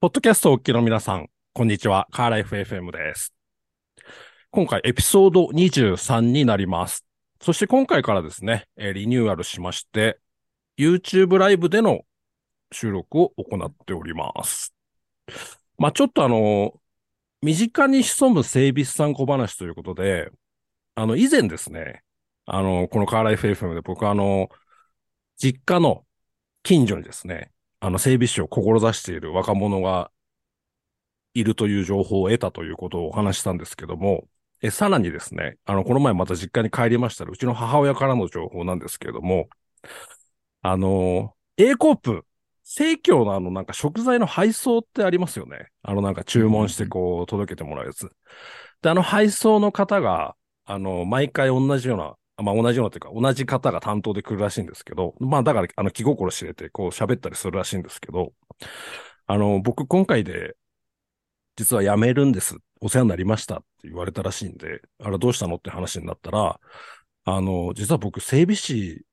ポッドキャストをお聞きの皆さん、こんにちは。カーライフ FM です。今回エピソード23になります。そして今回からですね、えーリニューアルしまして、YouTube ライブでの収録を行っております。まあちょっとあの、身近に潜む整備士さん小話ということで、あの、以前ですね、あの、このカーライフ FM で僕はあの、実家の近所にですね、あの、整備士を志している若者がいるという情報を得たということをお話ししたんですけども、え、さらにですね、あの、この前また実家に帰りましたら、うちの母親からの情報なんですけれども、あの、A コープ、生協のあの、なんか食材の配送ってありますよね。あの、なんか注文してこう、届けてもらうやつ。で、あの配送の方が、あの、毎回同じような、まあ同じようなというか、同じ方が担当で来るらしいんですけど、まあだから、あの、気心知れて、こう喋ったりするらしいんですけど、あの、僕今回で、実は辞めるんです。お世話になりましたって言われたらしいんで、あら、どうしたのって話になったら、あの、実は僕、整備士、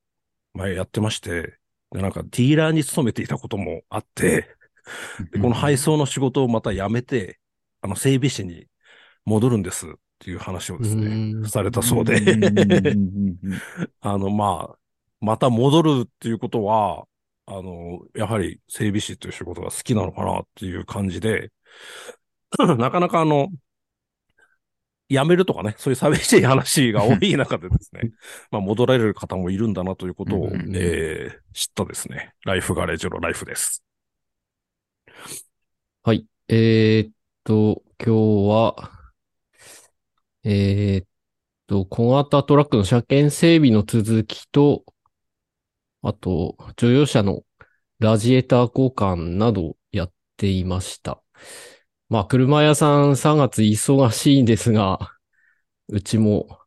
前やってまして、でなんかディーラーに勤めていたこともあって、でこの配送の仕事をまた辞めて、あの、整備士に戻るんですっていう話をですね、されたそうで、 あの、まあ、また戻るっていうことは、あの、やはり整備士という仕事が好きなのかなっていう感じで、 なかなかあの、辞めるとかね、そういう寂しい話が多い中でですね、 まあ戻られる方もいるんだなということを、うんうんうんえー知ったですね、ライフガレージのライフです。はい。えーっと、今日は、えーっと、小型トラックの車検整備の続きと、あと、乗用車のラジエーター交換などやっていました。まあ、車屋さん3月忙しいんですが、うちも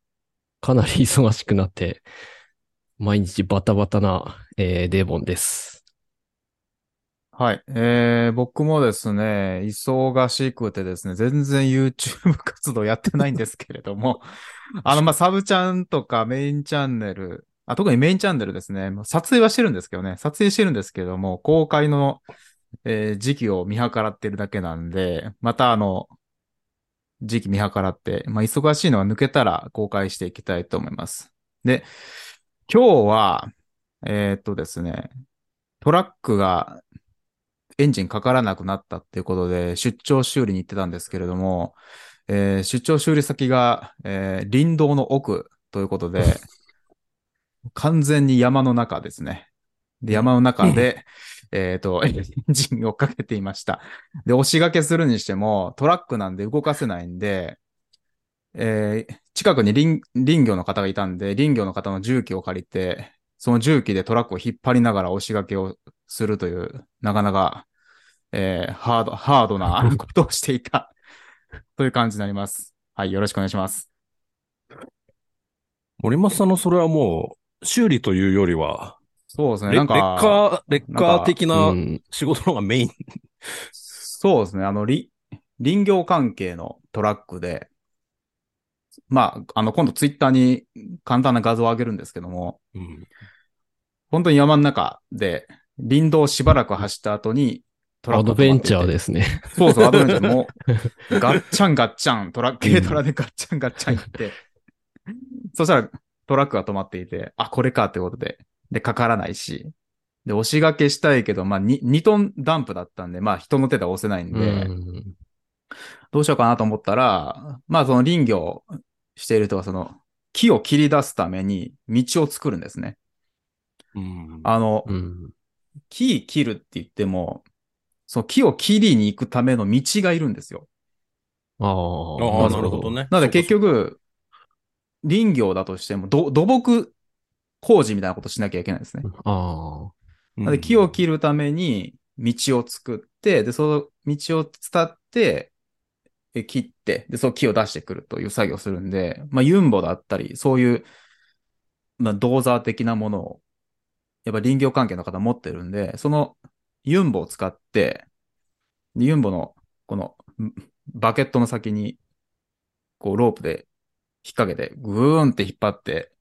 かなり 忙しくなって、毎日バタバタな、えーデーボンです。はい。えー、僕もですね、忙しくてですね、全然 YouTube 活動やってないんですけれども、あの、まあ、サブチャンとかメインチャンネル、あ、特にメインチャンネルですね、まあ撮影はしてるんですけどね、撮影してるんですけども、公開の、えー時期を見計らってるだけなんで、またあの、時期見計らって、まあ、忙しいのは抜けたら公開していきたいと思います。で、今日は、えーっとですね、トラックがエンジンかからなくなったっていうことで、出張修理に行ってたんですけれども、えー出張修理先が、えー林道の奥というこ とで、完全に山の中ですね。で、山の中で、えっと、エンジンをかけていました。で、押し掛けするにしても、トラックなんで動かせないんで、えー近くに林林業の方がいたんで、林業の方の重機を借りて、その重機でトラックを引っ張りながら押し掛けをするという、なかなか、えーハード、ハー ドなことをしていた、という感じになります。はい、よろしくお願いします。森松さんのそれはもう、修理というよりは、そうですね、レなッんカか、ー、レッカー的うなん仕事の方がメイン。そうですね、あの、り林業関係のトラックで、まあ、あの、今度ツイッターに簡単な画像を上げるんですけども、うん本当に山の中で、林道をしばらく走った後に、トラッアクドが止ベまンっていてチャーですね。そうそう、アドベンチャーもう、 ガッチャンガッチャン、トラック、軽トラでガッチャンガッチャン行って、そしたらトラックが止まっていて、あ、これかってことで、で、かからないし、で、押し掛けしたいけど、まあ2、2トンダンプだったんで、まあ、人の手では押せないんで、うんどうしようかなと思ったら、まあ、その林業している人は、その、木を切り出すために道を作るんですね。うんあの、うん木切るって言っても、その木を切りに行くための道がいるんですよ。ああああ、なるほど。ね。なので結そうか局、林業だとしてもど土木工事みたいなことしなきゃいけないんですね。ああ。そうか、なので木を切るために道を作って、で、その道を伝って、え切って、で、その木を出してくるという作業をするんで、まあ、ユンボだったり、そういう、まあ、銅座的なものを、やっぱ林業関係の方持ってるんで、そのユンボを使って、でユンボのこのんバケットの先に、こうロープで引っ掛けて、ぐーんって引っ張って、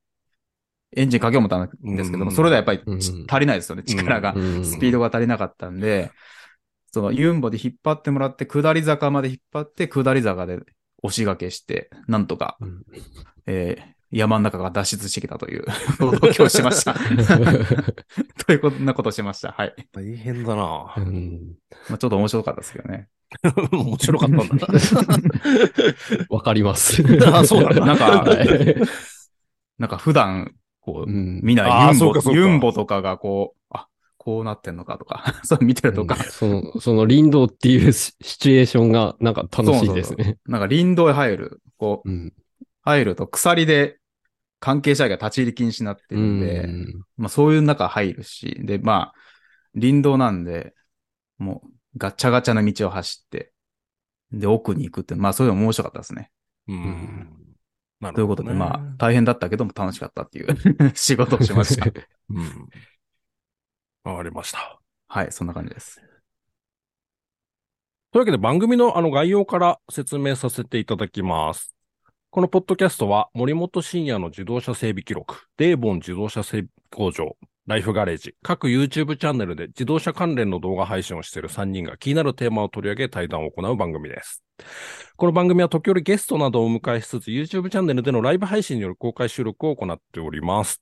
エンジンかけようと思ったんですけどうんも、それではやっぱりうんち足りないですよね、力が。うんスピードが足りなかったんで、そのユンボで引っ張ってもらって、下り坂まで引っ張って、下り坂で押しがけして、なんとか、うんえー山の中から脱出してきた という、驚きをしました。 というこんなことをしました。はい。大変だな うんまあ、ちょっと面白かったですけどね。面白かったんだ。 わかります。あそうなんだなんかはいなんか普段、こう、うんみんあなーユンそうボかそうかユンボとかがこう、あ、こうなってんのかとか、 そう見てるとか、その、その林道っていうシシチュエーションがなんか楽しいですね。なんか林道へ入る、こう、うん入ると鎖で関係者が立ち入り禁止になってるんで、うんまあそういう中入るし、で、まあ、林道なんで、もうガチャガチャな道を走って、で、奥に行くって、まあそういうのも面白かったですね。うん。なるほどねということで、まあ、大変だったけども楽しかったっていう 仕事をしま した。うん。わかりました。はい、そんな感じです。というわけで番組のあの概要から説明させていただきます。このポッドキャストは森本深也の自動車整備記録、デーボン自動車整備工場、ライフガレージ、各 YouTube チャンネルで自動車関連の動画配信をしている3人が気になるテーマを取り上げ対談を行う番組です。この番組は時折ゲストなどをお迎えしつつ YouTube チャンネルでのライブ配信による公開収録を行っております。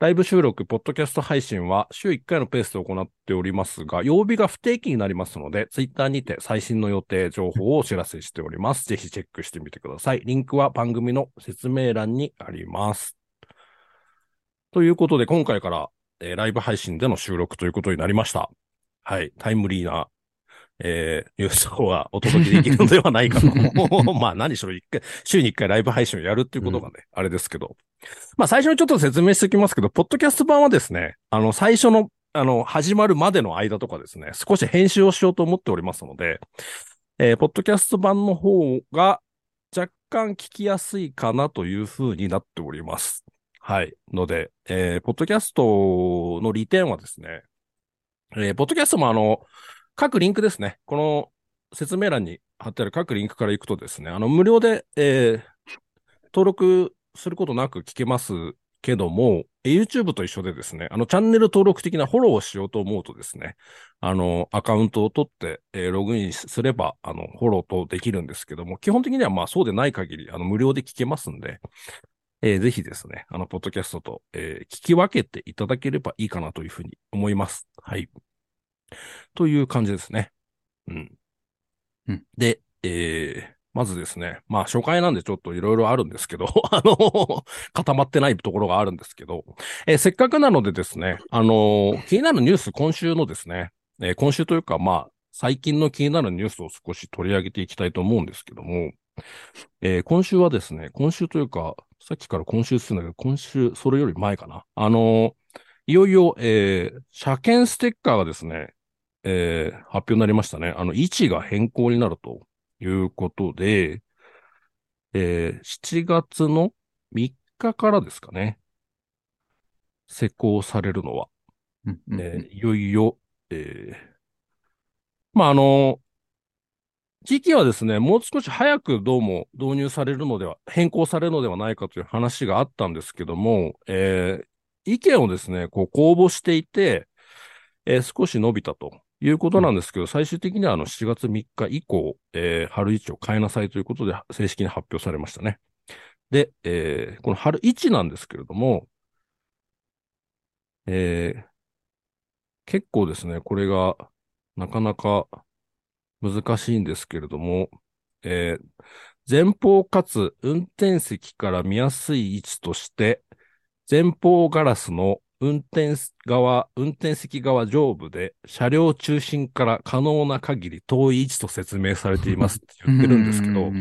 ライブ収録、ポッドキャスト配信は週1回のペースで行っておりますが、曜日が不定期になりますので、Twitter にて最新の予定、情報をお知らせしております。ぜひチェックしてみてください。リンクは番組の説明欄にあります。ということで、今回から、えーライブ配信での収録ということになりました。はい、タイムリーな、えー、ニュースはお届けできるのではないかと。 まあ、何しろ一回、週に1回ライブ配信をやるっていうことがね、あれですけど、まあ最初にちょっと説明しておきますけど、ポッドキャスト版はですね、あの最初の、あの、始まるまでの間とかですね、少し編集をしようと思っておりますので、えーポッドキャスト版の方が若干聞きやすいかなというふうになっております。はい。ので、えーポッドキャストの利点はですね、えーポッドキャストもあの、各リンクですね、この説明欄に貼ってある各リンクから行くとですね、あの、無料で、えー登録することなく聞けますけども、え YouTube と一緒でですね、あの、チャンネル登録的なフォローをしようと思うとですね、あの、アカウントを取って、えーログインすれば、あの、フォローとできるんですけども、基本的にはまあそうでない限り、あの、無料で聞けますんで、えーぜひですね、あの、ポッドキャストと、えー聞き分けていただければいいかなというふうに思います。はい。という感じですね。うん。うんで、えーまずですね、まあ初回なんでちょっといろいろあるんですけど、 あの、固まってないところがあるんですけど、えーせっかくなのでですね、あのー気になるニュース、今週のですね、えー今週というか、まあ、最近の気になるニュースを少し取り上げていきたいと思うんですけども、えー今週はですね、今週というか、さっきから今週するんだけど、今週、それより前かな。あのーいよいよ、えー車検ステッカーがですね、えー発表になりましたね。あの、位置が変更になるということで、えー7月の3日からですかね。施行されるのは。うんうんえーいよいよ、えーまあ、あの、時期はですね、もう少し早くどうも導入されるのでは、変更されるのではないかという話があったんですけども、えー意見をですね、こう公募していて、えー少し伸びたということなんですけど、最終的にはあの7月3日以降、えー春市を変えなさいということで正式に発表されましたね。で、えーこの春市なんですけれども、えー結構ですね、これがなかなか難しいんですけれども、えー前方かつ運転席から見やすい位置として、前方ガラスの運転側、運転席側上部で車両中心から可能な限り遠い位置と説明されていますって言ってるんですけど、、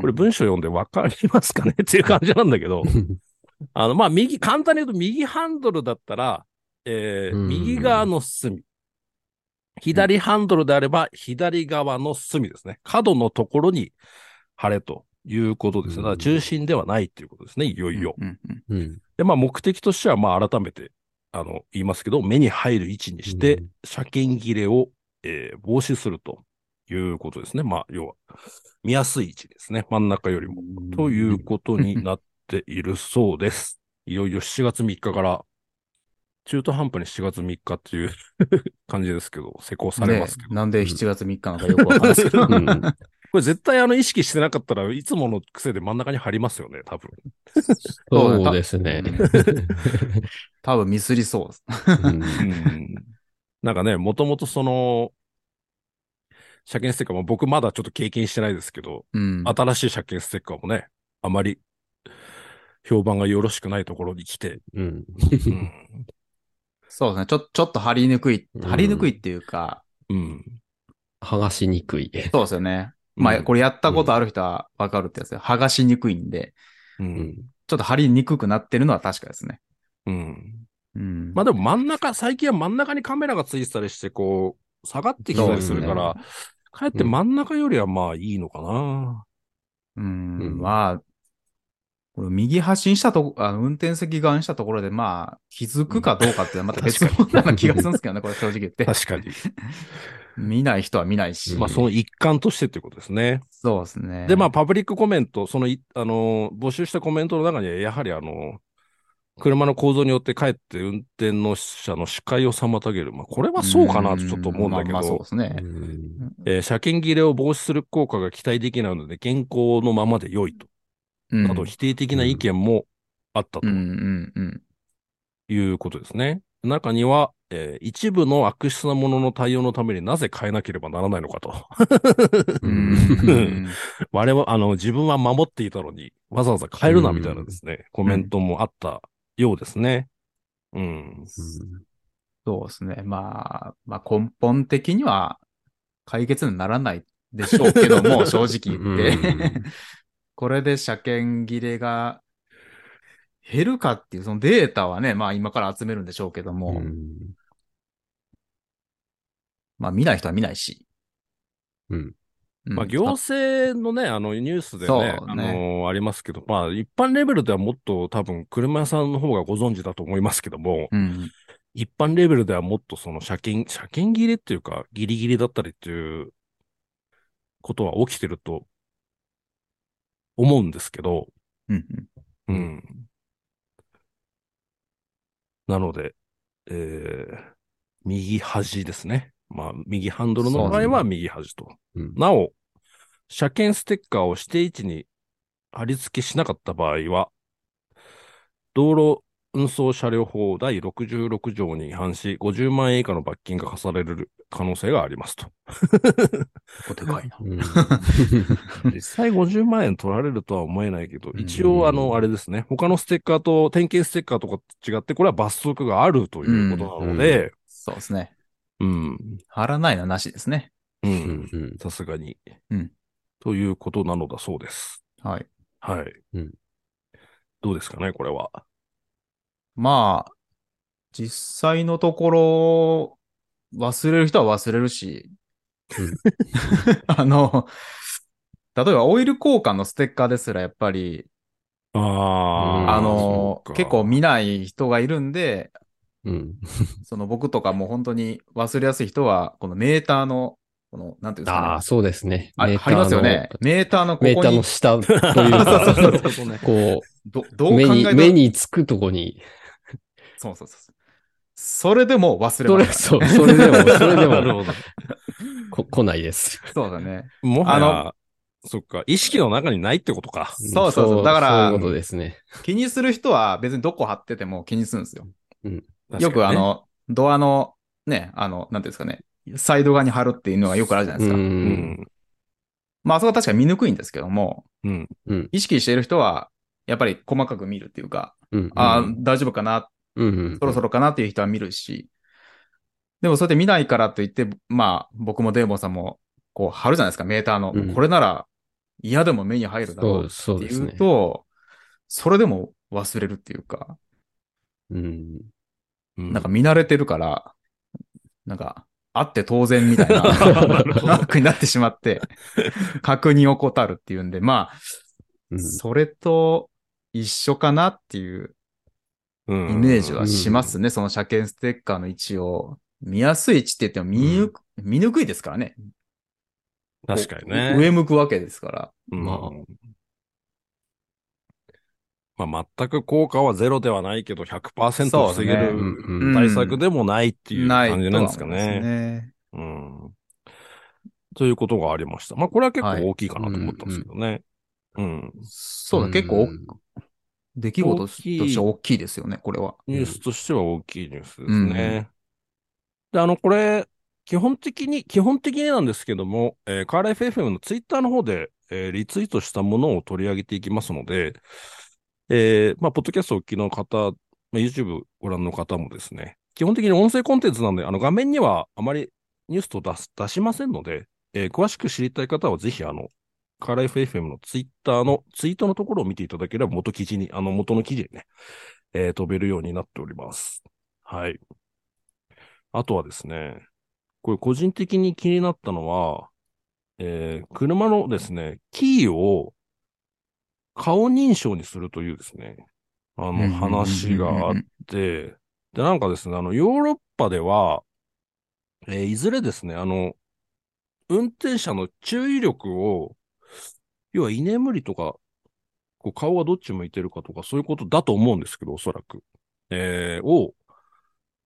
これ文章読んでわかりますかね っていう感じなんだけど、あの、まあ、右、簡単に言うと右ハンドルだったら、えーうん右側の隅。左ハンドルであれば、左側の隅ですね。角のところに貼れということですね。うだんから中心ではないということですね、いよいよ。うんうんうん うんで、まあ、目的としては、まあ、改めて、あの、言いますけど、目に入る位置にして、うん車検切れを、えー防止するということですね。まあ、要は、見やすい位置ですね。真ん中よりも。ということになっているそうです。いよいよ7月3日から中途半端に7月3日っていう 感じですけど、施行されますけど。ねなんうでん7月3日なのかよくわかんないですけ ど。うんこれ絶対あの意識してなかったらいつもの癖で真ん中に貼りますよね、多分。そうそうですね。多分ミスりそうです。うん なんかね、もともとその、車検ステッカーも僕まだちょっと経験してないですけど、うん。新しい車検ステッカーもね、あまり評判がよろしくないところに来 て、うん。うん。そうですね。ちょ、ちょっと張りにくい。張りにくいっていうか、うん。剥がしにくい。そうですよね。まあ、これやったことある人はわかるってやつで、剥がしにくいんで、う。うんん。ちょっと張りにくくなってるのは確かですね。うん。うん。まあでも真ん中、最近は真ん中にカメラがついてたりして、こう、下がってきたりするから、かえって真ん中よりはまあいいのかな。うん、うんまあ、これ右発進したとこ、あの運転席側にしたところで、まあ、気づくかどうかっていうのはまた別の確かに問題な気がするんですけどね、これ正直言って。確かに。見ない人は見ないし。まあその一環としてっていうことですね。そうですね。で、まあ、パブリックコメント、そのい、あのー、募集したコメントの中には、やはり、あのー、車の構造によってかえって運転の者の視界を妨げる。まあ、これはそうかなとちょっと思うんだけまあ、まあそどうで、すね。えー車検切れを防止する効果が期待できないので、現行のままで良いと。うん。あと、否定的な意見もあったとうん、うん、うん。いうことですね。中には、えー一部の悪質なものの対応のためになぜ変えなければならないのかと。 ううんん。我々、あの、自分は守っていたのに、わざわざ変えるな、みたいなですね、コメントもあったようですね。うん。そうですね。まあ、まあ、根本的には解決にならないでしょうけど も、正直言って。 これで車検切れが減るかっていう、そのデータはね、まあ今から集めるんでしょうけども、うんまあ見ない人は見ないし。うんうん。まあ、行政のね、あの、ニュースでね、そうねあのーありますけど、まあ、一般レベルではもっと多分、車屋さんの方がご存知だと思いますけども、うん。一般レベルではもっとその車検、車検切れっていうか、ギリギリだったりっていうことは起きてると思うんですけど、うん。うん。なので、えー、右端ですね。まあ、右ハンドルの場合は右端と。うんなお、車検ステッカーを指定位置に貼り付けしなかった場合は、道路運送車両法第66条に違反し、50万円以下の罰金が課される可能性がありますと。ここでかいな。うん実際50万円取られるとは思えないけど、うん一応、あの、あれですね、他のステッカーと、点検ステッカーとかと違って、これは罰則があるということなので、そうですね。うん、貼らないのはなしですね。う、うんんさすがに、うんということなのだそうです。はい。はい。うんどうですかね、これは。まあ、実際のところ、忘れる人は忘れるし、うん あの、例えばオイル交換のステッカーですらやっぱり、あーああのそうか結構見ない人がいるんで、うんその僕とかも本当に忘れやすい人は、このメーターの、この、なんていうんですあかあ、ね。そうですね。あメーターありますよね。のメーターのここメに。ーターの下というそうそうそうか、そうそうねこどどう、う目考えに、た目につくとこに、そうそうそう。それでも忘れそまれ、すそう、それでも、それでなるほも、ど。こ、来ないです。 そうだね。もはあや、そっか、意識の中にないってことか。そうそうそうだからそういうことですね。。気にする人は別にどこ貼ってても気にするんですよ。よ確くかあにね、の、ドアの、ね、あの、なんていうんですかね、サイド側に貼るっていうのがよくあるじゃないうですか。うんん、まあ、あそこは確かに見にくいんですけども、うん、うん。意識している人は、やっぱり細かく見るっていうか、うん。ああう、ん大丈夫かな、うん。そろそろかなっていう人は見るし、でもそうやって見ないからといって、まあ、僕もデーモンさんも、こう、貼るじゃないですか、メーターの。うんこれなら、嫌でも目に入るだそろうう、そうってでいすうね。と、それでも忘れるっていうか、うん。うん。なんか見慣れてるから、なんか、あって当然みたいな なるほどマークになってしまって、 確認を怠るっていうんで、まうあ、んそれと一緒かなっていうイイメージうはんしますね。その車検ステッカーの位置を。見やすい位置って言っても見にく、見にくいですからね。確かにね。上向くわけですから。うんまあままあ、全く効果はゼロではないけど100%そう防だげねるうんうん対策でもないっていうない感じなんですかとは思いね。ますね。うん。ということがありました。まあ、これは結構大きいかなと思ったんですけどね。うん。そうだ、結構、出来事と大きいしては大きいですよね、これは。ニュースとしては大きいニュースですね。で、あの、これ、基本的に、基本的になんですけども、えー、カーライフ FM のツイッターの方で、えーリツイートしたものを取り上げていきますので、えーまあ、ポッドキャストをお聞きの方、まあ YouTube ご覧の方もですね、基本的に音声コンテンツなんで、あの、画面にはあまりニュースと出す、出しませんので、えー詳しく知りたい方はぜひ、あの、カーライフ FM のツイッターのツイートのところを見ていただければ元記事に、あの元の記事にね、えー飛べるようになっております。はい。あとはですね、これ個人的に気になったのは、えー車のですね、キーを顔認証にするというですね、あの話があっうんで、で、なんかですね、あの、ヨーロッパでは、えーいずれですね、あの、運転者の注意力を、要は居眠りとか、こう顔がどっち向いてるかとか、そういうことだと思うんですけど、おそらく。えーを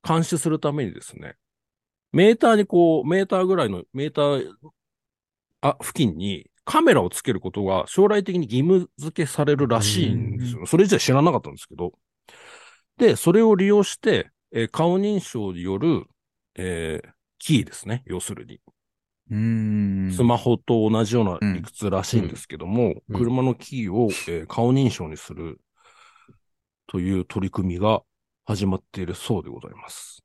監視するためにですね、メーターにこう、メーターぐらいの、メーター、あ、付近にカメラをつけることが将来的に義務付けされるらしいんですよ。それ自体知らなかったんですけど。で、それを利用して、えー顔認証による、えーキーですね。要するに。うん。スマホと同じよううなん理屈らしいんですけども、うん車のキーを、えー顔認証にするという取り組みが始まっているそうでございます。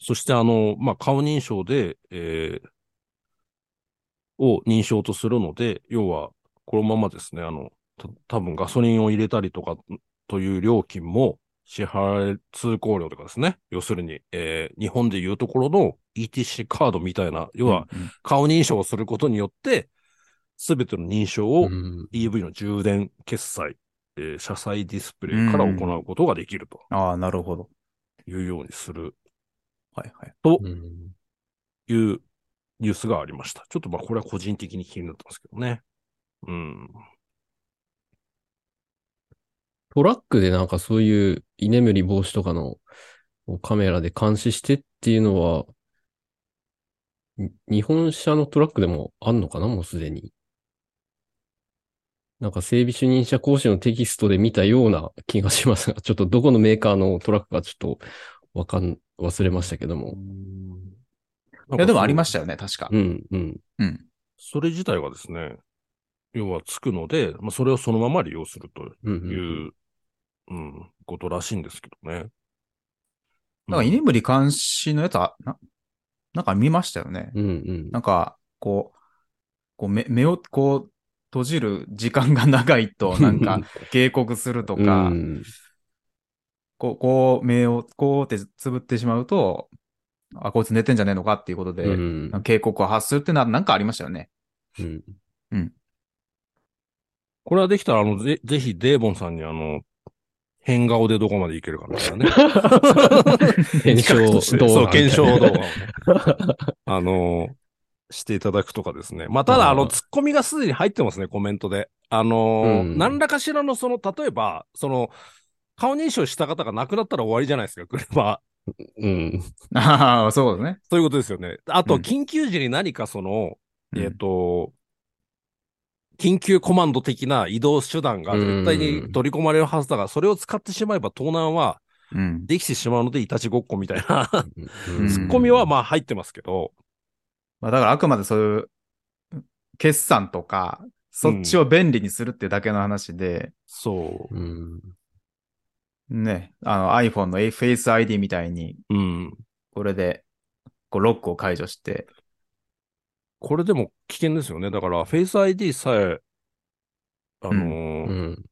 そして、あの、まあ、顔認証で、えーを認証とするので、要は、このままですね、あの、た多分ガソリンを入れたりとかという料金も支払い通行料とかですね。要するに、えー日本でいうところの ETC カードみたいな、要はうんうん顔認証をすることによって、すべての認証うをん EV の充電決済、えー車載ディスプレイから行うことができるとああ、なるほど。いうようにするはいはい。うんいうニュースがありました。ちょっとまあこれは個人的に気になってますけどね。うん。トラックでなんかそういう居眠り防止とかのをカメラで監視してっていうのは、に日本車のトラックでもあんのかなもうすでに。なんか整備主任者講師のテキストで見たような気がしますが、ちょっ とどこのメーカーのトラックかちょっとわかん、忘れましたけども。いいや、でもありましたしたよね、確かう。ん、うん。うん。それ自体がですね、要はつくので、まあ、それをそのまま利用するとうんうんうん。いう、うん、ことらしいんですけどね。なんか、居眠り監視のやつあ、な、なんか見ましたよね。うんうん。なんか、こう、こう目、目を、こう、閉じる時間が長い と、なんか、警告するとうか、んこう、こう、目を、こうってつぶってしまうと、あ、こいつ寝てんじゃねえのかっていうことで、うんなんか警告を発するってな、なんかありましたよね。 うん。これはできたら、あの、ぜぜひ、デーボンさんに、あの、変顔でどこまでいけるかみたいなね。 検証動画そう、検証動画をね画。あの、していただくとかですね。まあ、ただ、あーあの、ツッコミがすでに入ってますね、コメントで。あの、うん何らかしらの、その、例えば、その、顔認証した方が亡くなったら終わりじゃないですか、車。うん。ああ、そうですね。そういうことですよね。あと、うん緊急時に何かその、うんえっ、と、緊急コマンド的な移動手段が絶対に取り込まれるはずだが、それを使ってしまえば盗難はうん。できてしまうので、いたちごっこみたいな、うんツッコミはまあ入ってますけど、まあ、だからあくまでそういう、決算とか、そっちを便利にするってだけの話で、そうん。ね、あの iPhone の Face ID みたいに、う。うん。これで、こう、ロックを解除して、これでも危険ですよね。だから、フェイス ID さえ、あのーうん。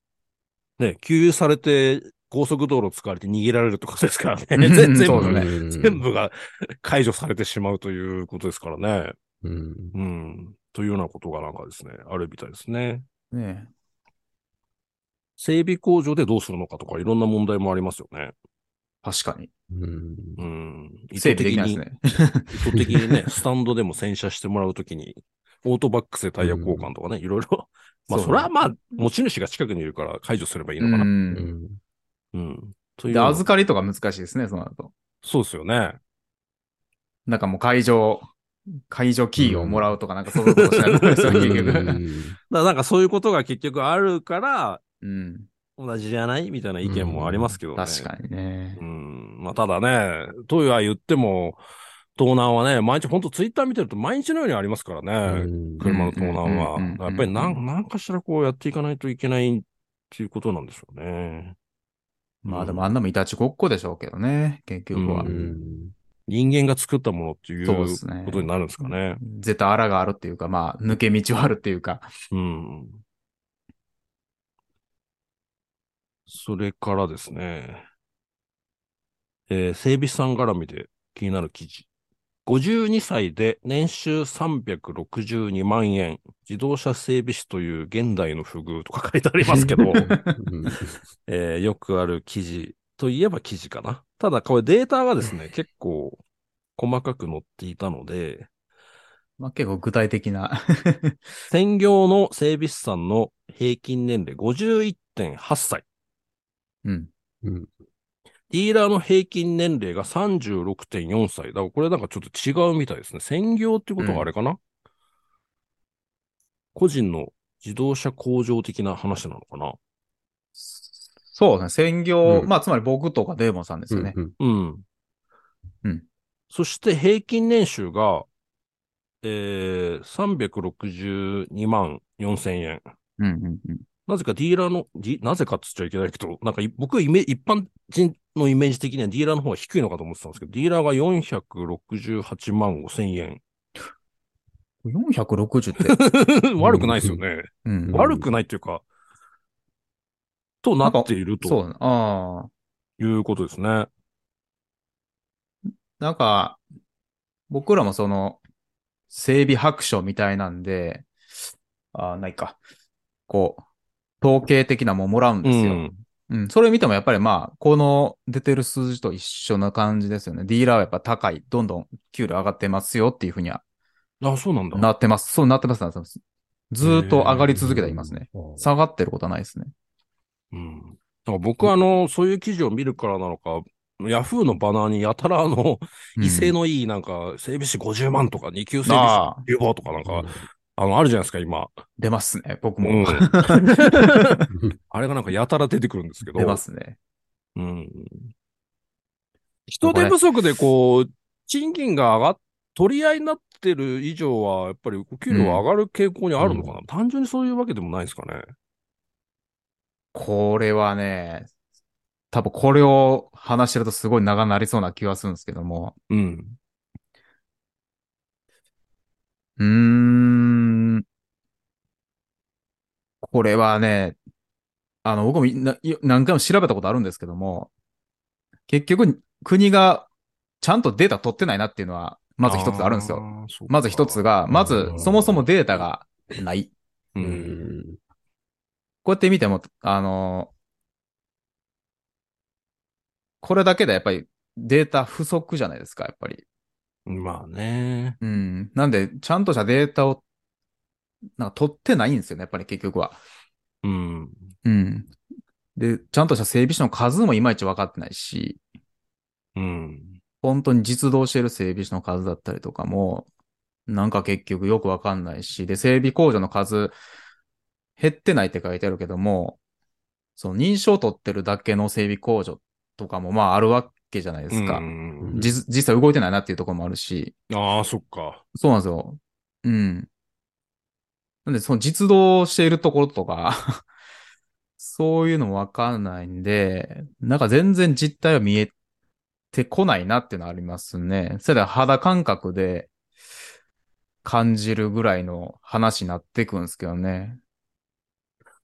ね、給油されて、高速道路使われて逃げられるってことですからね。うん 全然そうだね全部が解除されてしまうということですからね。うん。うん。というようなことがなんかですね、あるみたいですね。ね。整備工場でどうするのかとか、いろんな問題もありますよね。確かに。うん。うん。意整図備で的きないでに、すね。 意図的にね、スタンドでも洗車してもらうときに、オートバックスでタイヤ交換とかね、いろいろ。まあ、そうそれはまあ、持ち主が近くにいるから解除すればいいのう。かな。うんん。うん。というで、ような預かりとか難しいですね、そうなると。そうですよね。なんかもう会場、会場キーをもらうとか、なんかそういうことしないとダメですよ、結局。だからなんかそういうことが結局あるから、うん。同じじゃないみたいな意見もありますけどね。確かにねう。ん。まあ、ただね、とは言っても、盗難はね、毎日、本当ツイッター見てると毎日のようにありますからね。うん車の盗難はうんうんうんうん。やっぱりなん、なんかしらこうやっていかないといけないっていうことなんでしょうね。まあでもあんなもいたちごっこでしょうけどね、結局はうう。ん人間が作ったものっていうそうですねことになるんですかね。絶対あらがあるっていうか、まあ、抜け道はあるっていうか。うん。それからですね、えー整備士さん絡みで気になる記事。52歳で年収362万円、自動車整備士という現代の不遇とか 書いてありますけど、うんえーよくある記事といえば記事かな。ただこれデータがですね、結構細かく載っていたので、まあ結構具体的な。専業の整備士さんの平均年齢51.8歳。うん。ディーラーの平均年齢が36.4歳。だからこれなんかちょっと違うみたいですね。専業ってことはあれかな、個人の自動車工場的な話なのかなそうですね。専業、うんまあつまり僕とかデーモンさんですよね。うんうん。うんそして平均年収が、えー、362万4千円。うんうんうん。なぜかディーラーの、ディなぜかって言っちゃいけないけど、なんかい僕イメ、一般人のイメージ的にはディーラーの方が低いのかと思ってたんですけど、ディーラーが468万5千円。 460って、悪くないですよね。うん。悪くないっていうか、となっているそとう、ああ。いうことですね。なんか、僕らもその、整備白書みたいなんで、ああ、ないか。こう、統計的なもんもらうんうですよ。ん。うん、それ見てもやっぱりまあ、この出てる数字と一緒な感じですよね。ディーラーはやっぱ高い、どんどん給料上がってますよっていうふうにはあ、そうなんだ。なってます。そうなってます、なってます。ずーっと上がり続けていますね。。うん下がってることはないですね。うん。だから僕はあの、そういう記事を見るからなのか、ヤフーのバナーにやたらあの、威勢のいいなんか、整備士50万とか、二級整備ああ、士10万とかなんか、あの、あるじゃないですか、今。出ますね、僕うんも。。あれがなんかやたら出てくるんですけど。出ますね。うん。人手不足でこう、賃金が上がっ、取り合いになってる以上は、やっぱりお給料は上がる傾向にあるのかな、単純にそういうわけでもないですかね。これはね、多分これを話してるとすごい長なりそうな気はするんですけども。うん。うーん。これはね、あの、僕もいない何回も調べたことあるんですけども、結局、国がちゃんとデータ取ってないなっていうのは、まず一つあるんですよ。あー。そうかまず一つ。が、まずう、んそもそもデータがない。う。うんんこうやって見ても、あの、これだけでやっぱりデータ不足じゃないですか、やっぱり。まあね。うん。なんで、ちゃんとしたデータを、なんか取ってないんですよね、やっぱり結局は。うん。うん。で、ちゃんとした整備士の数もいまいち分かってないし、うん。本当に実動している整備士の数だったりとかも、なんか結局よく分かんないし、で、整備工場の数減ってないって書いてあるけども、その認証取ってるだけの整備工場とかもまああるわけじゃないですか。うん実実際動いてないなっていうところもあるし、ああ、そっか。そうなんですよ。うん。なんで、その実動しているところとか、 そういうのもわかんないんで、なんか全然実態は見えてこないなっていうのはありますね。それで肌感覚で感じるぐらいの話になってくんですけどね。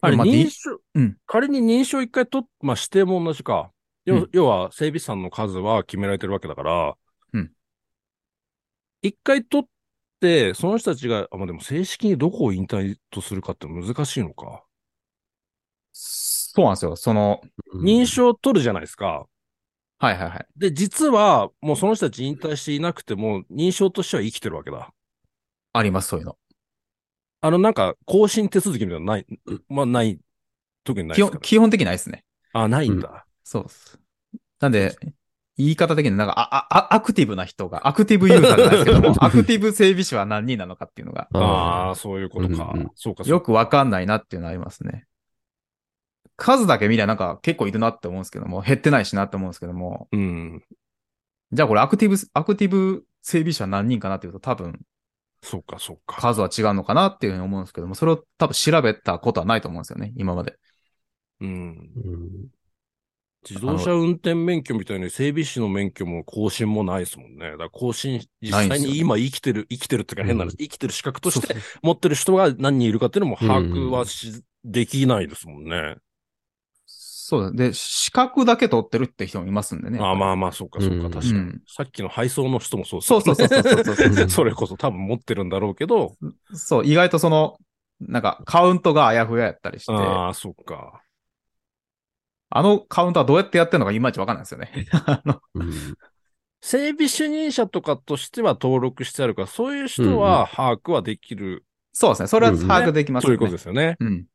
あれ、まあ認証、うん仮に認証一回取っ、まあ、指定も同じか。要,、うん要は、整備士さんの数は決められてるわけだから、うん一回取って、その人たちが、あ、まあでも正式にどこを引退とするかって難しいのか。そうなんですよ。その、認証取るじゃないですか。はいはいはい。で、実は、もうその人たち引退していなくても、認証としては生きてるわけだ。あります、そういうの。あの、なんか、更新手続きみたいなのない、まあ、ない、特にない基です本か、基本的にないですね。あ、ないんだ。そうです。なんで、言い方的になんか、あ、あ、あアクティブな人が、アクティブユーザーじゃないですけ ども、アクティブ整備士は何人なのかっていうのが、ああ、そういうことか。うんうんそうか、そうよか。くわかんないなっていうのありますね。数だけ見りゃなんか結構いるなって思うんですけども、減ってないしなって思うんですけども、うん。じゃあこれアクティブ、アクティブ整備士は何人かなっていうと多分そうか、そうか。数は違うのかなっていうふうに思うんですけども、それを多分調べたことはないと思うんですよね、今まで。うん。うん自動車運転免許みたいに整備士の免許も更新もないですもんね。だから更新、実な際いんですよに今生きてる、生きてるっていうか変な話、うん生きてる資格として持ってる人が何人いるかっていうのも把握はし、できないですもんね。そうだ。で、資格だけ取ってるって人もいますんでね。あまあまあ、そうか、そううか、ん確かに。うん。さっきの配送の人もそうですそようねそうそうそうそう そ う。それこそ多分持ってるんだろうけど、そう、意外とその、なんかカウントがあやふややったりして、あああ、そっか。のカウントはどうやってやってるのかいまいちわかんないですよね。 あのうん整備主任者とかとしては登録してあるから、そういう人は把握はできる、そうですね。それは把握できますというよことでね。すよね。うん。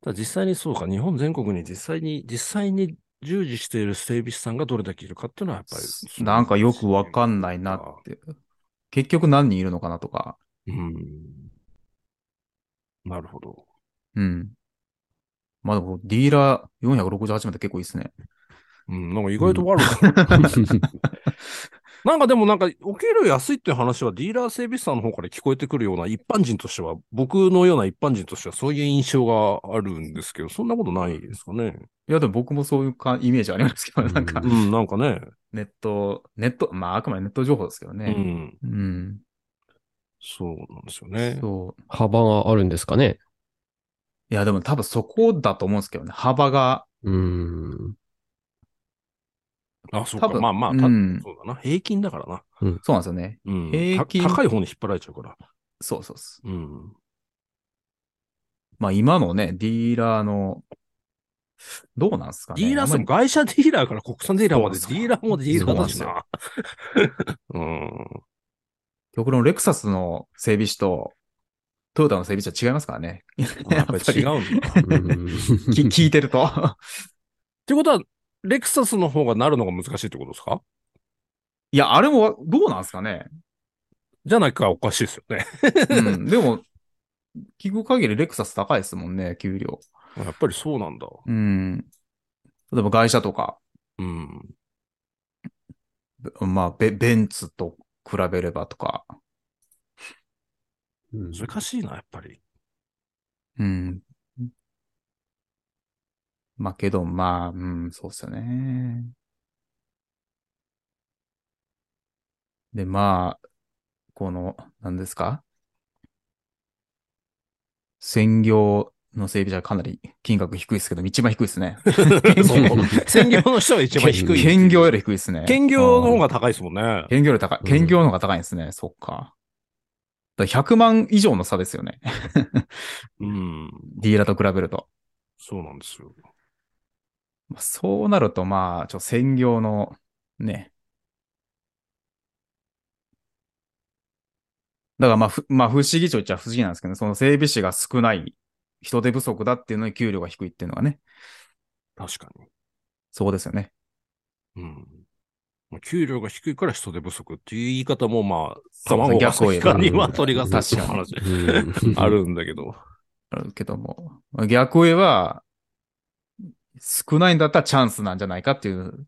ただ実際にそうか、日本全国に実際に、実際に従事している整備士さんがどれだけいるかっていうのはやっぱり。なんかよくわかんないなって。結局何人いるのかなとか。うん。なるほど。うん。まあでも、ディーラー468まで結構いいですね。うん、なんか意外と悪くない。 なんかでもなんか、お給料安いっていう話はディーラー整備士さんの方から聞こえてくるような一般人としては、僕のような一般人としてはそういう印象があるんですけど、そんなことないですかね。いや、でも僕もそういうかイメージありますけど、なんかう、ん、なんかね。ネット、ネット、まああくまでネット情報ですけどうね。ん。うん。そうなんですよね。そう。幅があるんですかね。いや、でも多分そこだと思うんですけどね。幅が。うん。あ、そうか多。分まあまあ、たうんそうだな。平均だからな。そうなんですよね。うん。平均た高い方に引っ張られちゃうから。そうそうそう。うん。まあ今のね、ディーラーの、どうなんですかデね。ィーラーさあんん、ま外り車ディーラーから国産ディーラーまで、デそうそうィーラーもディーラーだしそうな。うん。極論レクサスの整備士と、トヨタの整備士は違いますからね。 やっぱり違うんだ。っうんき聞いてると。 てことは、レクサスの方がなるのが難しいってことですかいや、あれもどうなんですかね。じゃなきゃおかしいですよね。うん。でも、聞く限りレクサス高いですもんね、給料。 やっぱりそうなんだ。うん。例えば外車とか、うん。まあ、ベベンツと比べればとか。うん難しいな、やっぱり。うん。まあけど、まあ、うん、そうっすよね。で、まあ、この、何ですか専業の整備者はかなり金額低いですけど、一番低いですね。 そう 専業の人が一番低い。兼業より低いですね。兼業の方うんが高いですもんね。兼業より高い。兼業の方が高いんですね。そっか。だから100万以上の差ですよね。 うん。ディーラーと比べると。そうなんですよ。まあ、そうなると、まあ、ちょ、専業の、ね。だから、まあ、ふ、まあ、不思議と言っちゃ不思議なんですけどね、その整備士が少ない、人手不足だっていうのに給料が低いっていうのがね、確かに。そこですよね。うん。まあ給料が低いから人手不足っていう言い方も、まあ、そう卵が逆を言えば先か鶏が先かの話うんあるんだけど。あるけども、まあ逆を言えば、少ないんだったらチャンスなんじゃないかっていう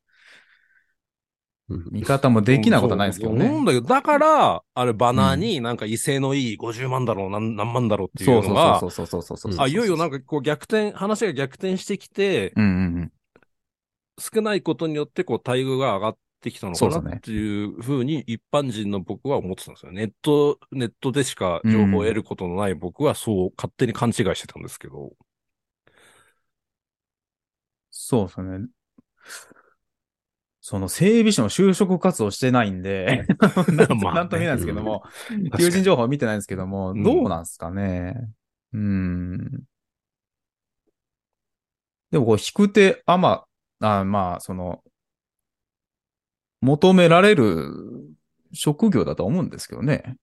うん見方もできないことはないですけどね。そう思うんだけど、だから、あれバナーになんか威勢のいい50万だろう、何何万だろうっていそううそのうが、そうそうそうそうそうそう。あ、いよいよなんか。かこう逆転、話が逆転してきて、うんうん少ないことによってこう待遇が上がってきたのかそうですなねっていうふうに一般人の僕は思ってたんですよ。ネット、ネットでしか情報を得ることのない僕はそう勝手に勘違いしてたんですけど。そうですね。その整備士の就職活動してない んで、なんとまあねなんとも言えないんですけども、かに求人情報は見てないんですけども、うんどうなんですかね。うん。でもこう、引く手あま、あまあ、その、求められる職業だとは思うんですけどね。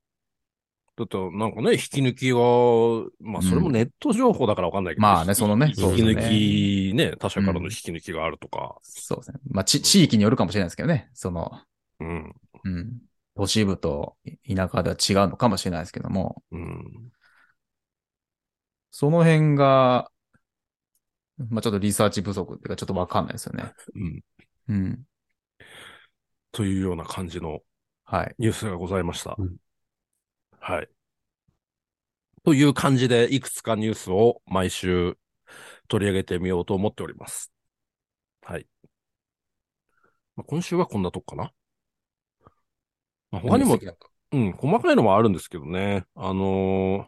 だって、なんかね、引き抜きは、まあ、それもネット情報だからわかんないけど、まあね、そのね、引きそう抜ですねきね、他社からの引き抜きがあるとか、そうですね。まあ、ち、地域によるかもしれないですけどね。その、うん、うん。都市部と田舎では違うのかもしれないですけども、うん、その辺が、まあ、ちょっとリサーチ不足っていうか、ちょっとわかんないですよね。うん、うん。というような感じのはい。ニュースがございました。うんはい。という感じで、いくつかニュースを毎週取り上げてみようと思っております。はい。まあ、今週はこんなとこかな。まあ、他にも、うん、細かいのもあるんですけどね。あのー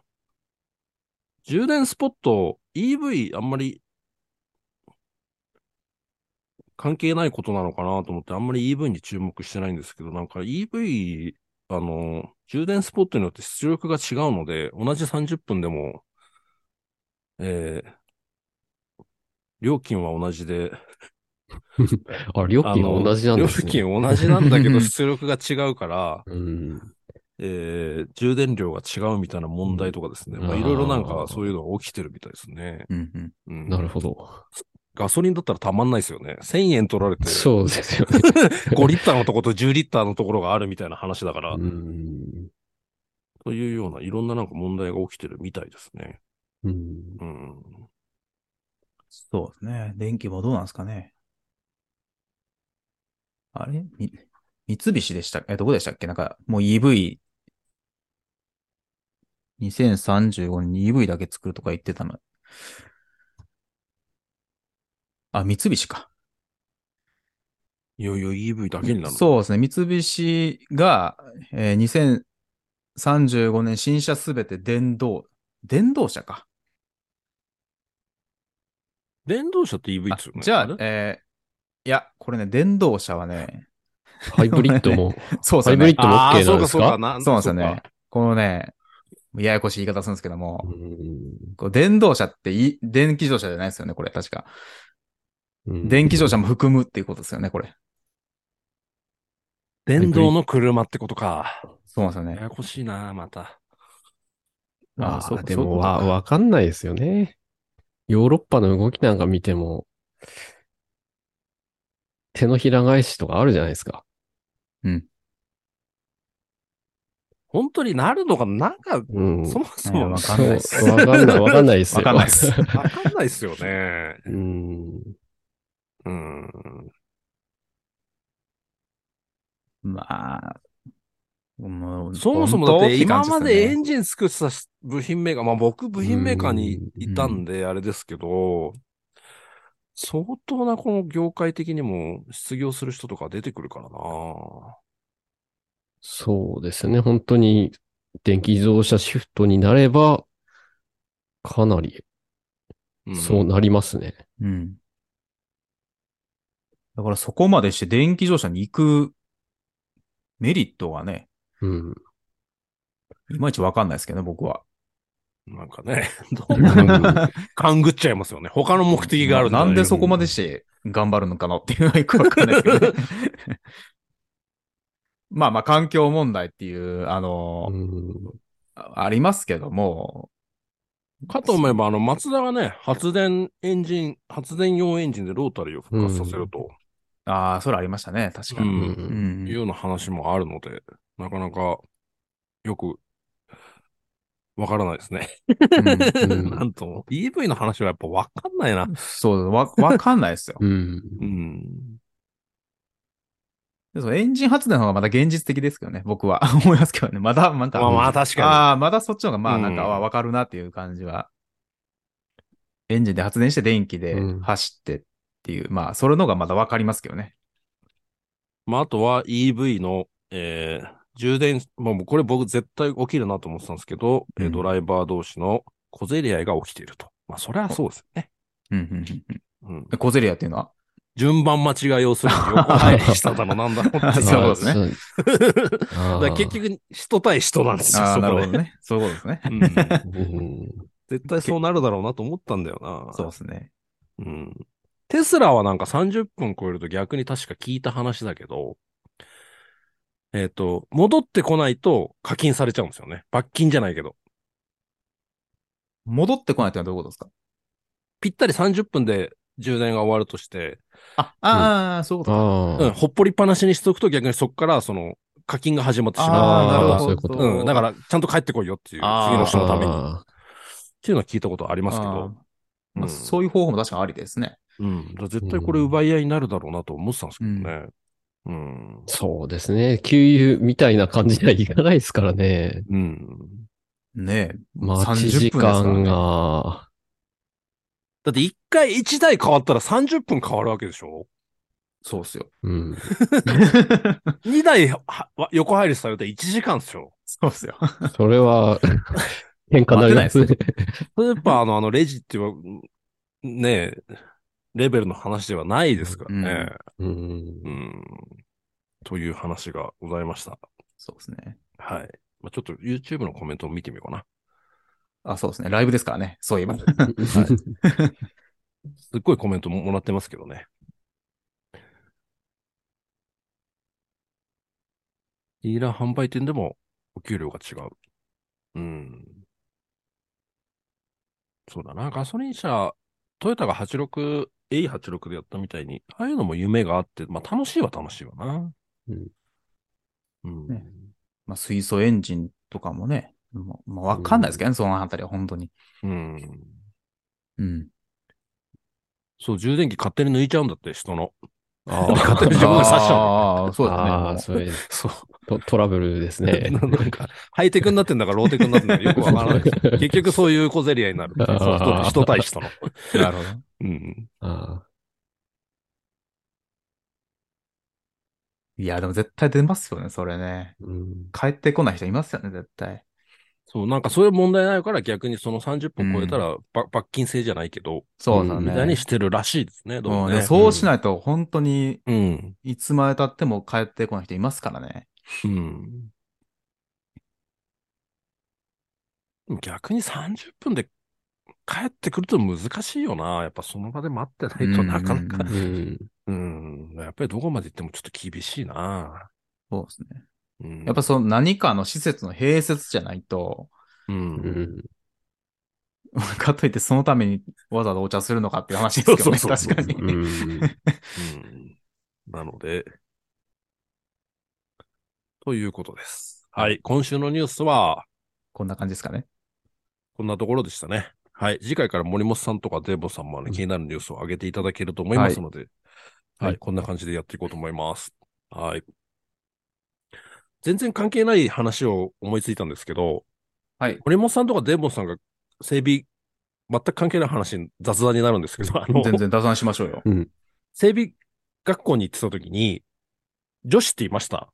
充電スポット、EV あんまり関係ないことなのかなと思って、あんまり EV に注目してないんですけど、なんか EV、あのー充電スポットによって出力が違うので、同じ30分でも、えー料金は同じで、あ、料あ金のは同じなんですね。料金同じなんだけど、出力が違うから、うん。えー充電量が違うみたいな問題とかですね。うんまあ、あーいろいろなんかそういうのが起きてるみたいですね。うんうん。うん、なるほど。ガソリンだったらたまんないですよね。1000円取られて、そうですよね。 5リッターのとこと10リッターのところがあるみたいな話だから、うん。というようないろんななんか問題が起きてるみたいですね。うん。うん。そうですね。電気もどうなんですかね。あれみ三菱でしたえ、どこでしたっけなんか、もう EV、2035年に EV だけ作るとか言ってたの。あ、三菱か。いよいよ EV だけになるのそうですね。三菱が、えー2035年新車すべて電動、電動車か。電動車って EV あっつうのじゃれあ、えーいや、これね、電動車はね、ハイブリッドも。そうですハイよブねリッ。ドも OK あなんーですそうかかそうか。なそうなんですよね。。このね、ややこしい言い方するんですけども、うんこう電動車ってい電気自動車じゃないですよね、これ、確か。うん電気自動車も含むっていうことですよね、これ。電動の車ってことか。そうなんですよやね。やこしいな、また。まあそうあ、かでそういうもことかわ、わかんないですよね。ヨーロッパの動きなんか見ても、手のひら返しとかあるじゃないですか。本当になるのか、なんか、うん。そもそいやもわわかんないっすそうわかんない、わかんないですよ。わかんないです。かんないですよね。うん。うん。 まあ、もうそもそもだっ本当て今までエって感じすよねンジン作ってた部品メーカー、まあ僕部品メーカーにいたんであれですけど、相当なこの業界的にも失業する人とか出てくるからな。そうですね。本当に電気自動車シフトになれば、かなりんそうなりますね。うん。だからそこまでして電気自動車に行くメリットがね、うん。いまいちわかんないですけどね、僕は。なんかね、 どうなの勘ぐっちゃいますよね。他の目的があるななんでそこまででして頑張るのかなっていうのはよくわかんないですけ どね。まあまあ、環境問題っていう、あの、うんあありますけども、かと思えば、あの、マツダがね、発電エンジン、発電用エンジンでロータリーを復活させると、ああ、それありましたね、確かうに。んう。いうんような話もあるので、なかなか、よく、わからないですね。うん なんとも。EV の話はやっぱわかんないなう。んそう、わ、わかんないですよ。うん。うん。でそのエンジン発電の方がまだ現実的ですけどね、僕は。 思いますけどね、まだ、まだ。まあまあ確かああ、まだそっちの方が、まあうんなんか、あわかるなっていう感じは。エンジンで発電して電気でうん走ってっていう、まあ、それの方がまだわかりますけどね。に。まああとは EV の、えー充電、まあもうこれ僕絶対起きるなと思ってたんですけど、えーうんドライバー同士の小競り合いが起きていると。まあそれはそうですよね。うん、うん、うんうん。うん。小競り合いっていうのは順番間違いをするに横入りしただのなんだろうって そういうことですね ね。だあからー結局、人対人なんですよ、ああ、そなこるでほどね。そういうこと ですね。うんうん絶対そうなるだろうなと思ったんだよな。そうですね。うん。テスラはなんか30分超えると逆に確か聞いた話だけど、えっ、と、戻ってこないと課金されちゃうんですよね。罰金じゃないけど。戻ってこないってのはどういうことですかぴったり30分で充電が終わるとして、あ、ああ、そういうことか。あうん、あ。ほっぽりっぱなしにしておくと逆にそこからその課金が始まってしあまう。あ、なるーほど。そういうことうん、だからちゃんと帰ってこいよっていう、あー次の人のために。っあていうのは聞いたことありますけあーど。まうあんそういう方法も確かにありですね。うん。だから絶対これ奪い合いになるだろうなと思ってたんですけどね。うん。ーそうですね。給油みたいな感じではいかないですからね。うん。ねえ。待ち30時分ですからね間が、だって一回一台変わったら30分変わるわけでしょそうっすよ。 うん。二台はは横入りされて1時間ですよ。そうっすよ。それは、喧嘩になりますね。それやっ ぱあの、あの、レジっていうのは、ねえ、レベルの話ではないですからね。うんうん。という話がございました。そうですね。はい。まあ、ちょっと YouTube のコメントを見てみようかな。あ、そうですね。ライブですからね。そういえば。すっごいコメントももらってますけどね。ディーラー販売店でもお給料が違う。うん。そうだな。ガソリン車、トヨタが86、A86 でやったみたいに、ああいうのも夢があって、まあ楽しいは楽しいわな。うん。うん。ねまあ、水素エンジンとかもね。まあ、まあわかんないですけどね、そのあたりは本当に。うん。うん。そう、充電器勝手に抜いちゃうんだって、人の。あー 勝手に自分が刺しちゃうの。ああ、そうだね。あ あ、それそう。ト、トラブルですね。なんか、ハイテクになってんだか、ローテクになってんだか、よくわからない。 結局そういう小競り合いになる。そう人人対人の。なるほど。うん。あいや、でも絶対出ますよね、それね。ーうん帰ってこない人いますよね、絶対。そう、なんかそういう問題ないから逆にその30分超えたらば、罰金制じゃないけど、そうだうんみね。たいにしてるらしいですね、どううんもでもね。そうしないと、本当に、うん。いつまで経っても帰ってこない人いますからね。うん。逆に30分で帰ってくると難しいよな。やっぱその場で待ってないとなかなうんか。うん。うん。やっぱりどこまで行ってもちょっと厳しいな。そうですね。うんやっぱ、その何かの施設の併設じゃないと、 うんう。ん。かといってそのためにわざわざお茶するのかっていう話ですけどね、そうそうそう確かに。ううんんなので、ということです。はい。今週のニュースは、こんな感じですかね。こんなところでしたね。はい。次回から森本さんとかデーボさんもね、うん気になるニュースを上げていただけると思いますので、はい、はいこんな感じでやっていこうと思います。はい。全然関係ない話を思いついたんですけど、はい。森本さんとかデーボさんが整備、全く関係ない話に、雑談になるんですけど、あの、全然打算しましょうよ。整備学校に行ってた時に、女子っていました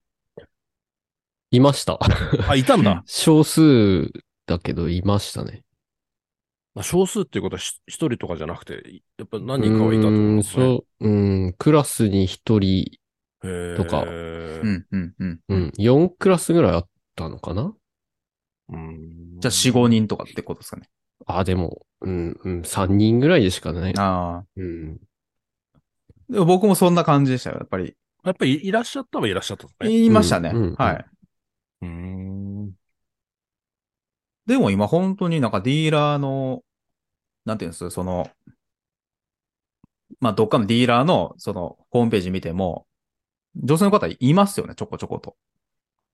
いました。あ、いたんだ。少数だけど、いましたね。 まあ、少数っていうことはひ一人とかじゃなくて、いやっぱ何人かはいたってことですね。うーんそう、うん、クラスに一人、へーとかう。ん、うん、うん。うん、4クラスぐらいあったのかなうんじゃあ、4、5人とかってことですかね。あ、でも、うん、うん、3人ぐらいでしかない。ああ。うん。でも僕もそんな感じでしたよ、やっぱり。やっぱりいらっしゃったはいらっしゃったんですね。言いましたね。うんうんはい。うん。でも今本当になんかディーラーの、なんていうんですその、まあ、どっかのディーラーの、その、ホームページ見ても、女性の方いますよね、ちょこちょこと。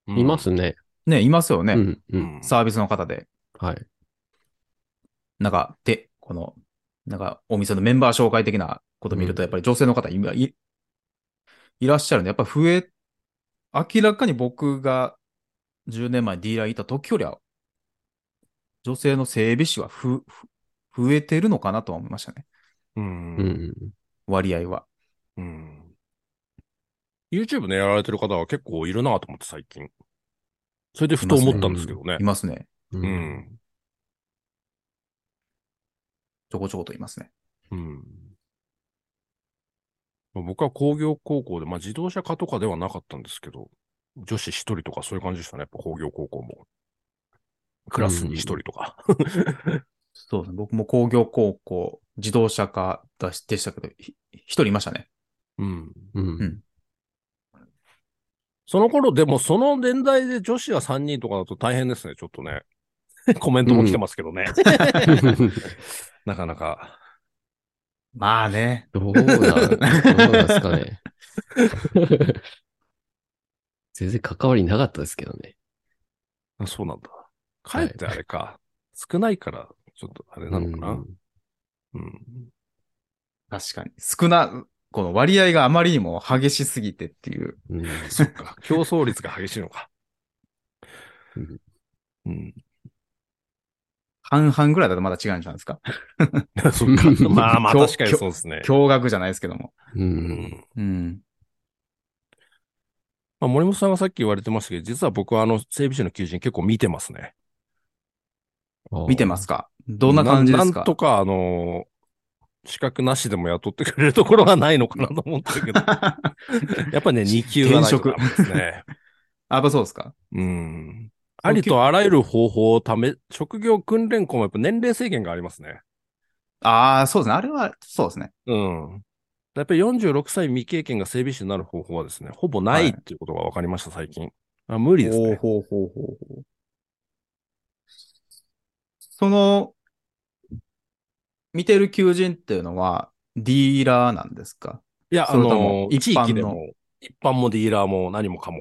いますね。ね、いますよね。うん、う。うんん。サービスの方で。はい。なんか、で、この、なんか、お店のメンバー紹介的なこと見ると、うんやっぱり女性の方い、い、いらっしゃるんで、やっぱ増え、明らかに僕が10年前ディーラーいた時よりは、女性の整備士はふ、ふ増えてるのかなとは思いましたね。う。うんん。割合は。うん。YouTube ね、やられてる方は結構いるなと思って最近。それでふと思ったんですけどねい。ますね。う。うんん。ちょこちょこといますね。うん。まあ僕は工業高校で、まあ自動車科とかではなかったんですけど、女子一人とかそういう感じでしたね。やっぱ工業高校も。クラスに一人とか。そうですね。僕も工業高校、自動車科だしでしたけど、ひ一人いましたね。うん。うん。その頃、でもその年代で女子が3人とかだと大変ですね、ちょっとね。 コメントも来てますけどね。なかなか。まあね。 どうな、どうなんですかね。 全然関わりなかったですけどね。あそうなんだ。かえってあれか。少ないから、ちょっとあれなのかな。うんうん。確かに。少な、この割合があまりにも激しすぎてっていう。うんそっか。競争率が激しいのか。うんうん。半々ぐらいだとまだ違うんじゃないですか。 そっか。まあまあ、きょ確かにそうですね。驚愕じゃないですけども。う。。うんん。うん。まあ、森本さんがさっき言われてましたけど、実は僕はあの、整備士の求人結構見てますね。見てますすかどんな感じですかななんとか、あのー資格なしでも雇ってくれるところはないのかなと思ったけ ど、やっぱね、2級がないとダメですね。 あ、やっぱそうですか うん。ありとあらゆる方法をため、職業訓練校もやっぱ年齢制限がありますね。ああ、そうですね。あれは、そうですね。うん。やっぱり46歳未経験が整備士になる方法はですね、ほぼないっていうことが分かりました、最近。あ無理ですね。ほうほうほうほうほう。その、見てる求人っていうのは、ディーラーなんですかいや、あそれとものー、地一般の域でも、一般もディーラーも何もかも。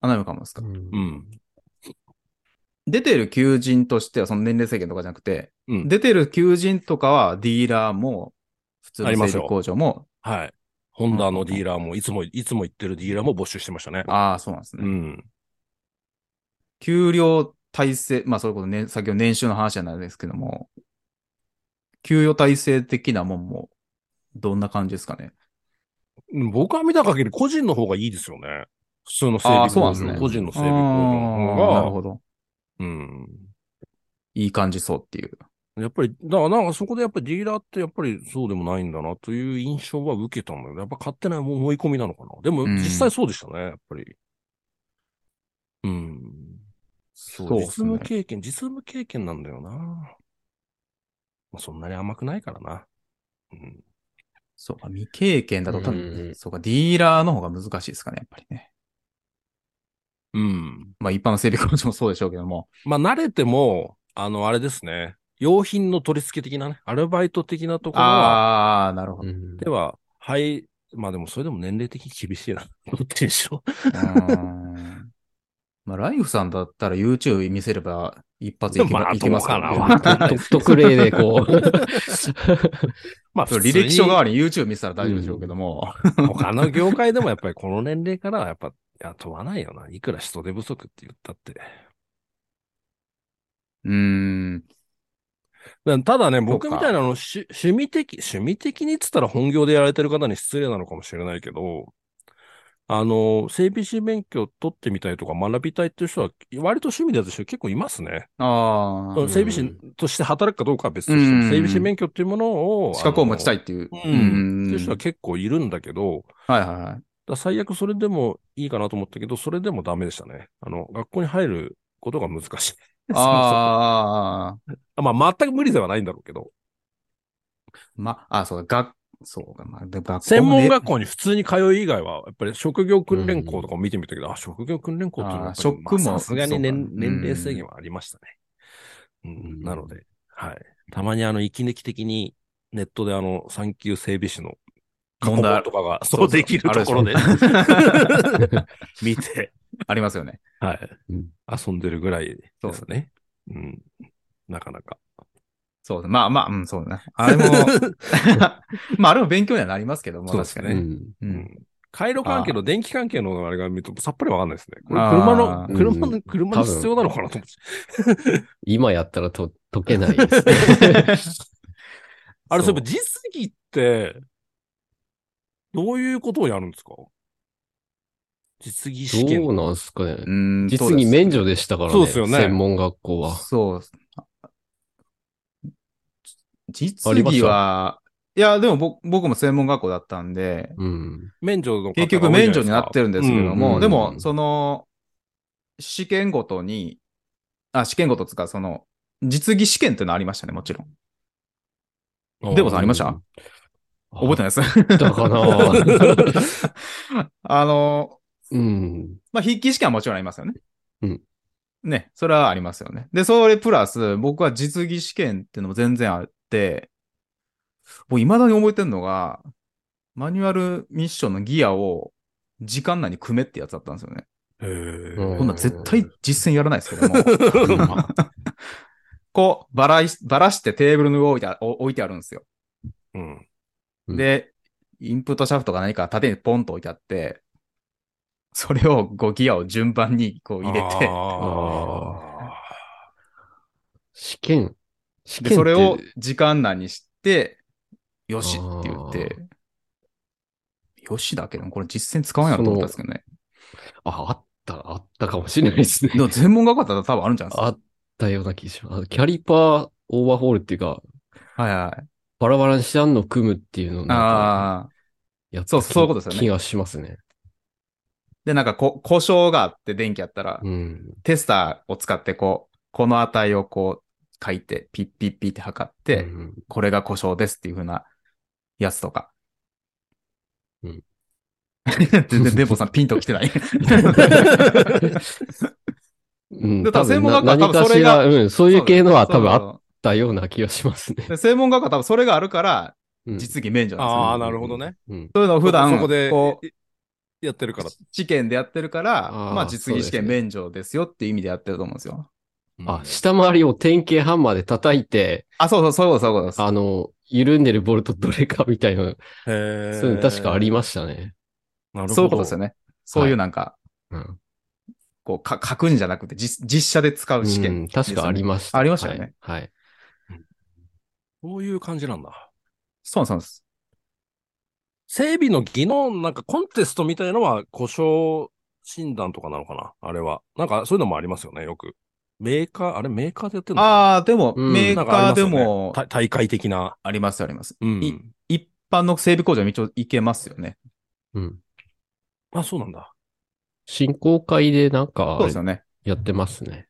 あ、なるかもですか、うん。出てる求人としては、その年齢制限とかじゃなくて、うん出てる求人とかは、ディーラーも、普通あのりま整すよ備工場も、はい。ホンダのディーラーも、いつも、いつも行ってるディーラーも募集してましたね。ああ、そうなんですね。うん。給料体制、まあ、それこそ、ね、先ほど年収の話じゃないですけども、給与体制的なもんも、どんな感じですかね。僕は見た限り個人の方がいいですよね。普通の整備あーそうなん工で場すね個人の整あ備工場のーな方が、るほど。うん。いい感じそうっていう。やっぱり、だからなんかそこでやっぱりディーラーってやっぱりそうでもないんだなという印象は受けたんだけど、やっぱ勝手な思い込みなのかな。でもうん実際そうでしたね、やっぱり。うん。そう、そう実ですね務経験、実務経験なんだよな。まあそんなに甘くないからな。うん。そうか、未経験だと多分、うんうんそうか、ディーラーの方が難しいですかね、やっぱりね。うん。まあ一般の整備工場もそうでしょうけども。まあ、慣れても、あの、あれですね。用品の取り付け的なね、アルバイト的なところは、ああ、なるほど。うんでは、はい、まあでもそれでも年齢的に厳しいな。どっちにしろ。うーんまあ、ライフさんだったら YouTube 見せれば一発いけ,、まあいけますどうかなわかんない特 特例でこう。 まあ、 そう履歴書代がわりに YouTube 見せたら大丈夫でしょうけども。 他の業界でもやっぱりこの年齢からはやっぱ雇わないよな。いくら人手不足って言ったって。うーん。だただね、か僕みたいなの趣、趣味的、趣味的にっつったら本業でやられてる方に失礼なのかもしれないけど、あの、整備士免許取ってみたいとか学びたいっていう人は、割と趣味でやってる人結構いますね。あうんあ、整備士として働くかどうかは別としても、うん整備士免許っていうものを、資格を持ちたい。いっていう。うん。うんっていう人は結構いるんだけど、はいはいはい。だ最悪それでもいいかなと思ったけど、それでもダメでしたね。あの、学校に入ることが 難しい。ああ、あまあ、全く無理ではないんだろうけど、まあ、そうか、学、そうか、まあ、でも学校もね専門学校に普通に通う以外は、やっぱり職業訓練校とかも見てみたけど、あ、職業訓練校っていうのはやっぱりあー職もまあさすがに年そうか年齢制限はありましたね。うん、うんなので、はい。たまにあの、息抜き的にネットであの、産級整備士の過去問題問とかが、そうそうできるところで、あるでしょ見て、ありますよね。 はい。うん遊んでるぐらいですそね。うん。なかなか。そう。まあまあ、うん、そ うね。あれも、 まあ、あれも勉強にはなりますけども、そうです確 かねに。う。うん ん。回路関係の電気関係のあれが見るとさっぱりわかんないですね。これあ車ーの、車うの、車に必要なのかなと思って。今やったらと解けないですね。あれ、そそうういえば実技って、どういうことをやるんですか実技 試験。どうなんすかね。うん実に免除でしたからね。そうですよね専門学校は。そうです。実ありまし技たは、いや、でも僕僕も専門学校だったんで、うん。免除の方が多い結じゃ局い免ですか除になってるんですけども、うんでも、その、試験ごとに、あ、試験ごとつうか、その、実技試験っていうのありましたね、もちろん。うんでもさんありました覚えてないです。たかな あの、 うん。まあ、筆記試験はもちろんありますよね。うん。ね、それはありますよね。で、それプラス、僕は実技試験っていうのも全然あって、もう未だに覚えてんのが、マニュアルミッションのギアを時間内に組めってやつだったんですよね。へうんーこんなん絶対実践やらないですけども。 こう、ばらい、ばらしてテーブルの上に置いてあ置いてあるんですよ。うん。うんで、インプットシャフトが何か縦にポンと置いてあって、それを5ギアを順番にこう入れて、あ試験。試験っで、てそれを時間内にして、よしって言って、よしだけど、これ実践使わないなと思ったんですけど ね。あ、あった、あったかもしれないですねで。も専門学校だったら多分あるんじゃないですか。あったような気がします。あのキャリパーオーバーホールっていうか、はいはい。バラバラにしてあんの組むっていうのをなんかああ。やったそう気そういうことですよね気がしますね。で、なんかこ、故障があって電気やったら、うん。テスターを使ってこう、この値をこう書いて、ピッピッピって測って、うんこれが故障ですっていう風なやつとか。 うん。全然デボさんピンと来てない。うん。で多分専門学校は多な分そ何かれしがら、うん、そういう系のは多分 あっったような気がしますね。た。専門学校は多分それがあるから、うん実技免除なんですよ。あー、なるほどね。うん。そういうのを普段そこでこう、やってるから。試験でやってるから、あーまあ実技試そうです験ね免除ですよっていう意味でやってると思うんですよ。あ、下回りを点形ハンマーで叩いて、あ、そうそう、そういうこと、そういうことです。あの、緩んでるボルトどれかみたいな、へーそういうの確かありましたね。なるほど。そういうことですよね。ね。そういうなんか、うん。こうか書くんじゃなくて実、実写で使う試う験んです確よね、かありました。ありましたよね。はい。はいそういう感じなんだ。そうなんです。整備の技能、なんかコンテストみたいのは故障診断とかなのかなあれは。なんかそういうのもありますよね、よく。メーカー、あれメーカーでやってるのかああ、でも、うんメななーんかありカーますでよねも、た大会的な。あります、あります。うんい一般の整備工場に一応行けますよね。うん。あ、そうなんだ。振興会でなんかそうですよね。やってますね。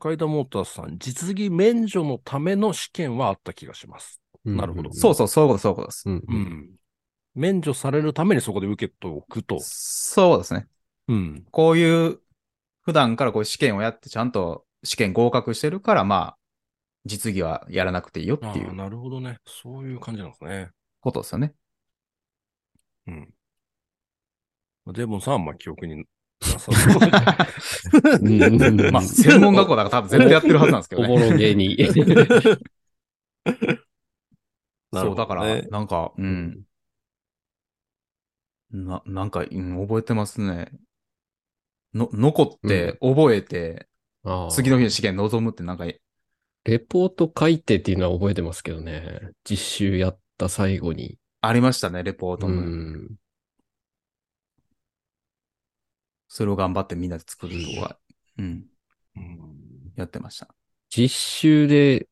向田モーターさん、実技免除のための試験はあった気がします。うんなるほどそうそう、そういうこと、そういうことです。うん。うん。免除されるためにそこで受けておくと。そうですね。うん。こういう、普段からこういう試験をやって、ちゃんと試験合格してるから、まあ、実技はやらなくていいよあっていあ、うなるほどね。そういう感じなんですね。ことですよね。うん。デーボンさんはあんま記憶になさそう。うんうんう んまあ、専門学校だから多分絶対やってるはずなんですけどおねぼ。ろ げに。なるそう、ほだどかねら、なんか、うん。な、なんか、うん、覚えてますね。の、残って、覚えて、ああ次の日の試験臨むってなんか、レポート書いてっていうのは覚えてますけどね。実習やった最後に。ありましたね、レポートうも。ん。それを頑張ってみんなで作るとか、うん、 うんやってました。実習で、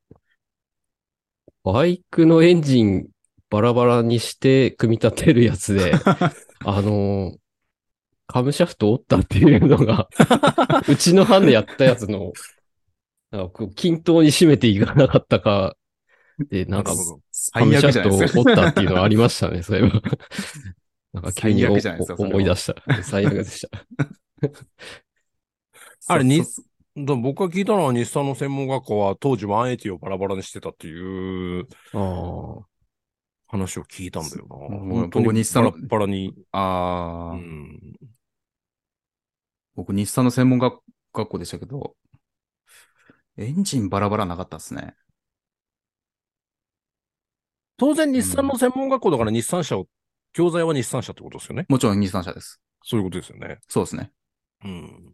バイクのエンジンバラバラにして組み立てるや つで、あの、カムシャフト折ったっていうの が、うちの班でやったやつの、なんかこう均等に締めていかなかったか、で、なんかなる、ほどカム最シャ悪じゃフないですトか。折ったっていうのはありましたね、そういえば。なんか急に最お悪じゃないですかおそれは思い出した。最悪でした。あれ そうにそうそうだから僕が聞いたのは、日産の専門学校は当時180をバラバラにしてたっていうああ。話を聞いたんだよな。ん本当僕に日バ産ラのッバラに。うあー、ん。僕、日産の専門学学校でしたけど、エンジンバラバラなかったですね。当然日産の専門学校だから日産車を、教材は日産車ってことですよね。もちろん日産車です。そういうことですよね。そうですね。うん。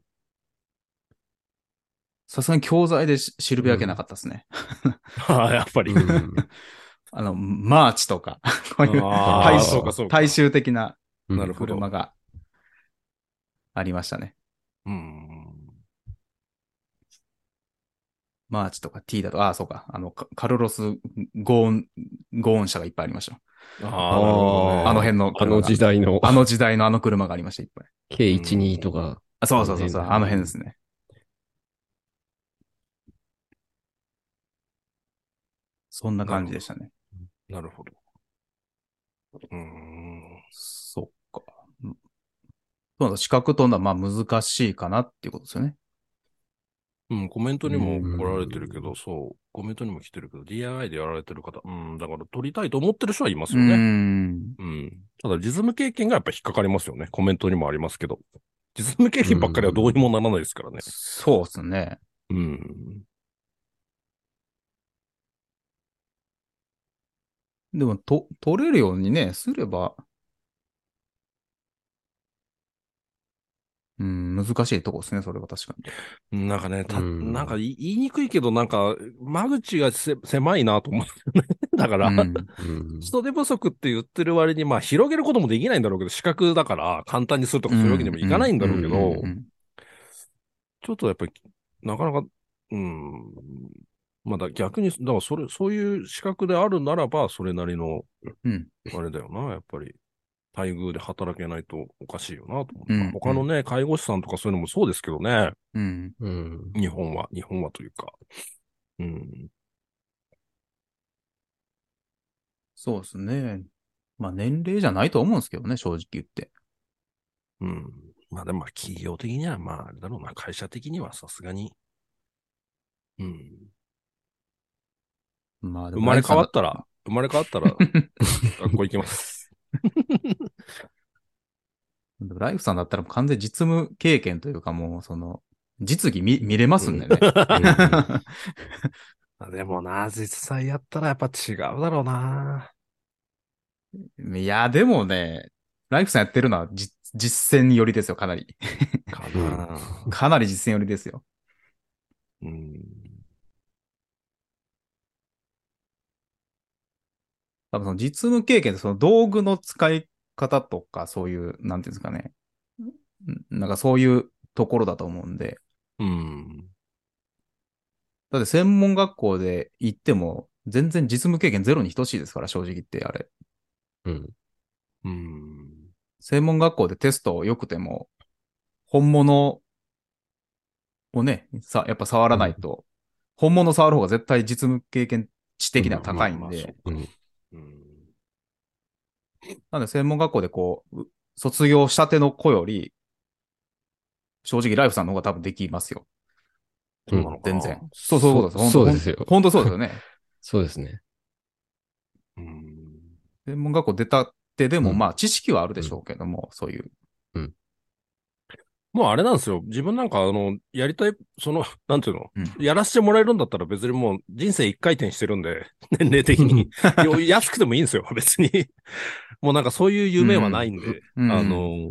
さすがに教材でし知るべわけなかったですね。ああ、やっぱり。うんあの、マーチとか、 こういうあー大衆そうかそうか大衆的 ななるほど車がありましたね。うん。マーチとか T だと、ああ、そうか。あの、カカルロス・ゴーン、ゴーン車がいっぱいありました。ああ、なるほどね。あの辺のあ車のが時代のあの時代のあの車がありました、いっぱい。 K12 とか、あそうそうそうそう、あの辺ですね。そんな感じでしたね。なるほど。うーん。そっか。んそうなんです資格取るのはまあ難しいかなっていうことですよね。うん、コメントにもうん来られてるけど、そう、コメントにも来てるけど、DIY でやられてる方、うん、だから取りたいと思ってる人はいますようね。ん。うん。ただ、実務経験がやっぱ引っかかりますよね。コメントにもありますけど。実務経験ばっかりはどうにもならないですからね。そうですね。うん。でも、と、取れるようにね、すれば、うん、難しいとこですね、それは確かに。なんかね、た、うんなんか言い言いにくいけど、なんか、間口がせ狭いなと思う、 ね。だから、うんうん人手不足って言ってる割に、まあ、広げることもできないんだろうけど、資格だから、簡単にするとかそういうわけにもいかないんだろうけど、うんうんうんちょっとやっぱり、なかなか、うん、まあだ逆に、だからそれ、そういう資格であるならば、それなりの、うんあれだよな、やっぱり、待遇で働けないとおかしいよなと思う、うん他のね、介護士さんとかそういうのもそうですけどね、うん。うん。日本は、日本はというか。うん。そうですね。まあ、年齢じゃないと思うんですけどね、正直言って。うん。まあでも、企業的には、まあ、あれだろうな、会社的にはさすがに、うん。まあ、で生もまれ変わったら、生まれ変わった ら、学校行きます。でもライフさんだったらもう完全に実務経験というかもうその、実技見見れますんでね。まあでもな、実際やったらやっぱ違うだろうな。いや、でもね、ライフさんやってるのは実実践寄りですよ、かなり。かな。かなり実践寄りですよ。うん。多分その実務経験でその道具の使い方とかそういう、なんていうんですかね。んなんかそういうところだと思うんで。うん。だって専門学校で行っても全然実務経験ゼロに等しいですから、正直言ってあれ。うん。うん。専門学校でテストを良くても、本物をね、さ、やっぱ触らないと、本物触る方が絶対実務経験値的には高いんまあまあで、。そううかんうん。なんで専門学校でこう、う卒業したての子より、正直ライフさんの方が多分できますよ。そうなのかな全然。。そう、そういうことです。そう本当ですよ。本当そうですよね。そうですね。うん。専門学校出たってでも、うんまあ知識はあるでしょうけども、そういう。もうあれなんですよ。自分なんか、あの、やりたい、その、なんていうの、うんやらせてもらえるんだったら別にもう人生一回転してるんで、年齢的に。よ安くてもいいんですよ、 別に。もうなんかそういう夢はないんで。うんあ、の、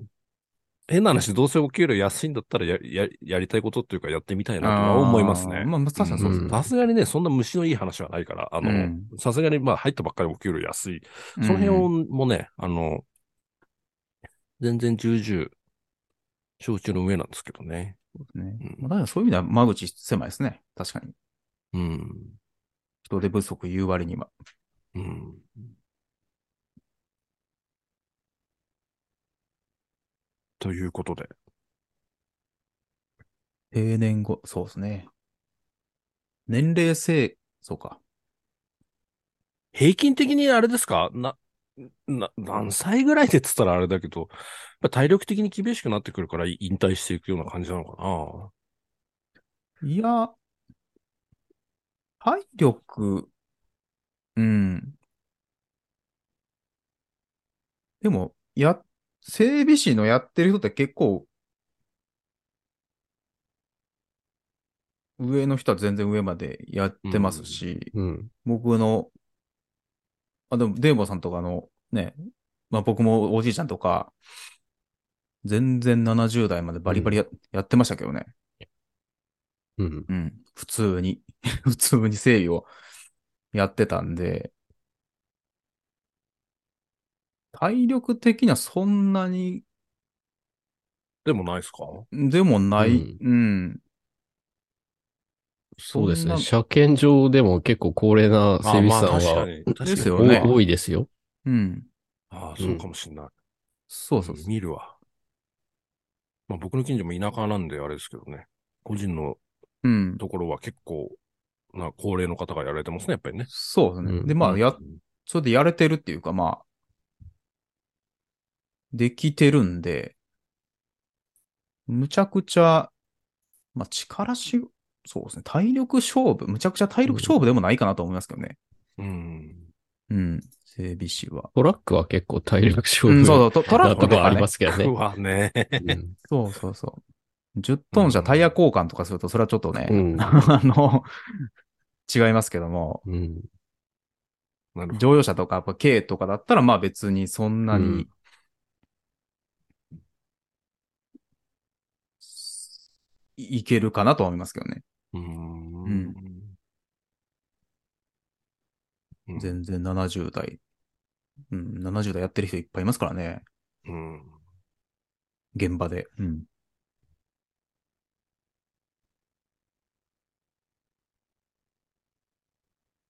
変な話、どうせお給料安いんだったらや、や、やりたいことっていうかやってみたいなとは思いますあーね。まあ、確かにそうですね。さすがにね、そんな虫のいい話はないから、あうのん、さすがにまあ入ったばっかりお給料安い。うんその辺をもね、あの、全然重々、承知の上なんですけどね。ねうん。まあ、だからそういう意味では間口狭いですね。確かに。うん。人手不足言う割には。うん。ということで。定年後、そうですね。年齢制、そうか。平均的にあれですかな、な、何歳ぐらいでっつったらあれだけど、まあ体力的に厳しくなってくるから引退していくような感じなのかいや、体力、うん。でも、や、整備士のやってる人って結構、上の人は全然上までやってますし、うん。僕の、あ、でも、デーボさんとかのね、まあ僕もおじいちゃんとか、全然70代までバリバリや,、やってましたけどね。うん。うん。普通に、 普通に整備をやってたんで、体力的にはそんなになでもないですかでもない、うんうん。そうですそんね。な車検場でも結構高齢な整備士さんあまあ確かはに。確かにです多よい,、ね多いですよ。うん。ああ、そうかもしんない。そうそうそう。見るわ。まあ僕の近所も田舎なんであれですけどね。個人のうん。ところは結構、な、高齢の方がやられてますね、やっぱりね。そうですね。うんで、まあ、やう、んそれでやれてるっていうか、まあ、できてるんで、むちゃくちゃ、まあ、力し、そうですね、体力勝負、むちゃくちゃ体力勝負でもないかなと思いますけどね。うん。うん、整備士は。トラックは結構体力勝う負ん、そうなそう、トトラック。とこありますすけどね。うわね。うんそうそうそう。10トンじゃタイヤ交換とかすると、それはちょっとね、うん あの、違いますけども、うん。なるほど。乗用車とか、やっぱ軽とかだったら、まあ別にそんなに、うんいいけるかなとは思いますけどね。うーん。うん全然70代。うん、70代やってる人いっぱいいますからね。うん。現場で。うん。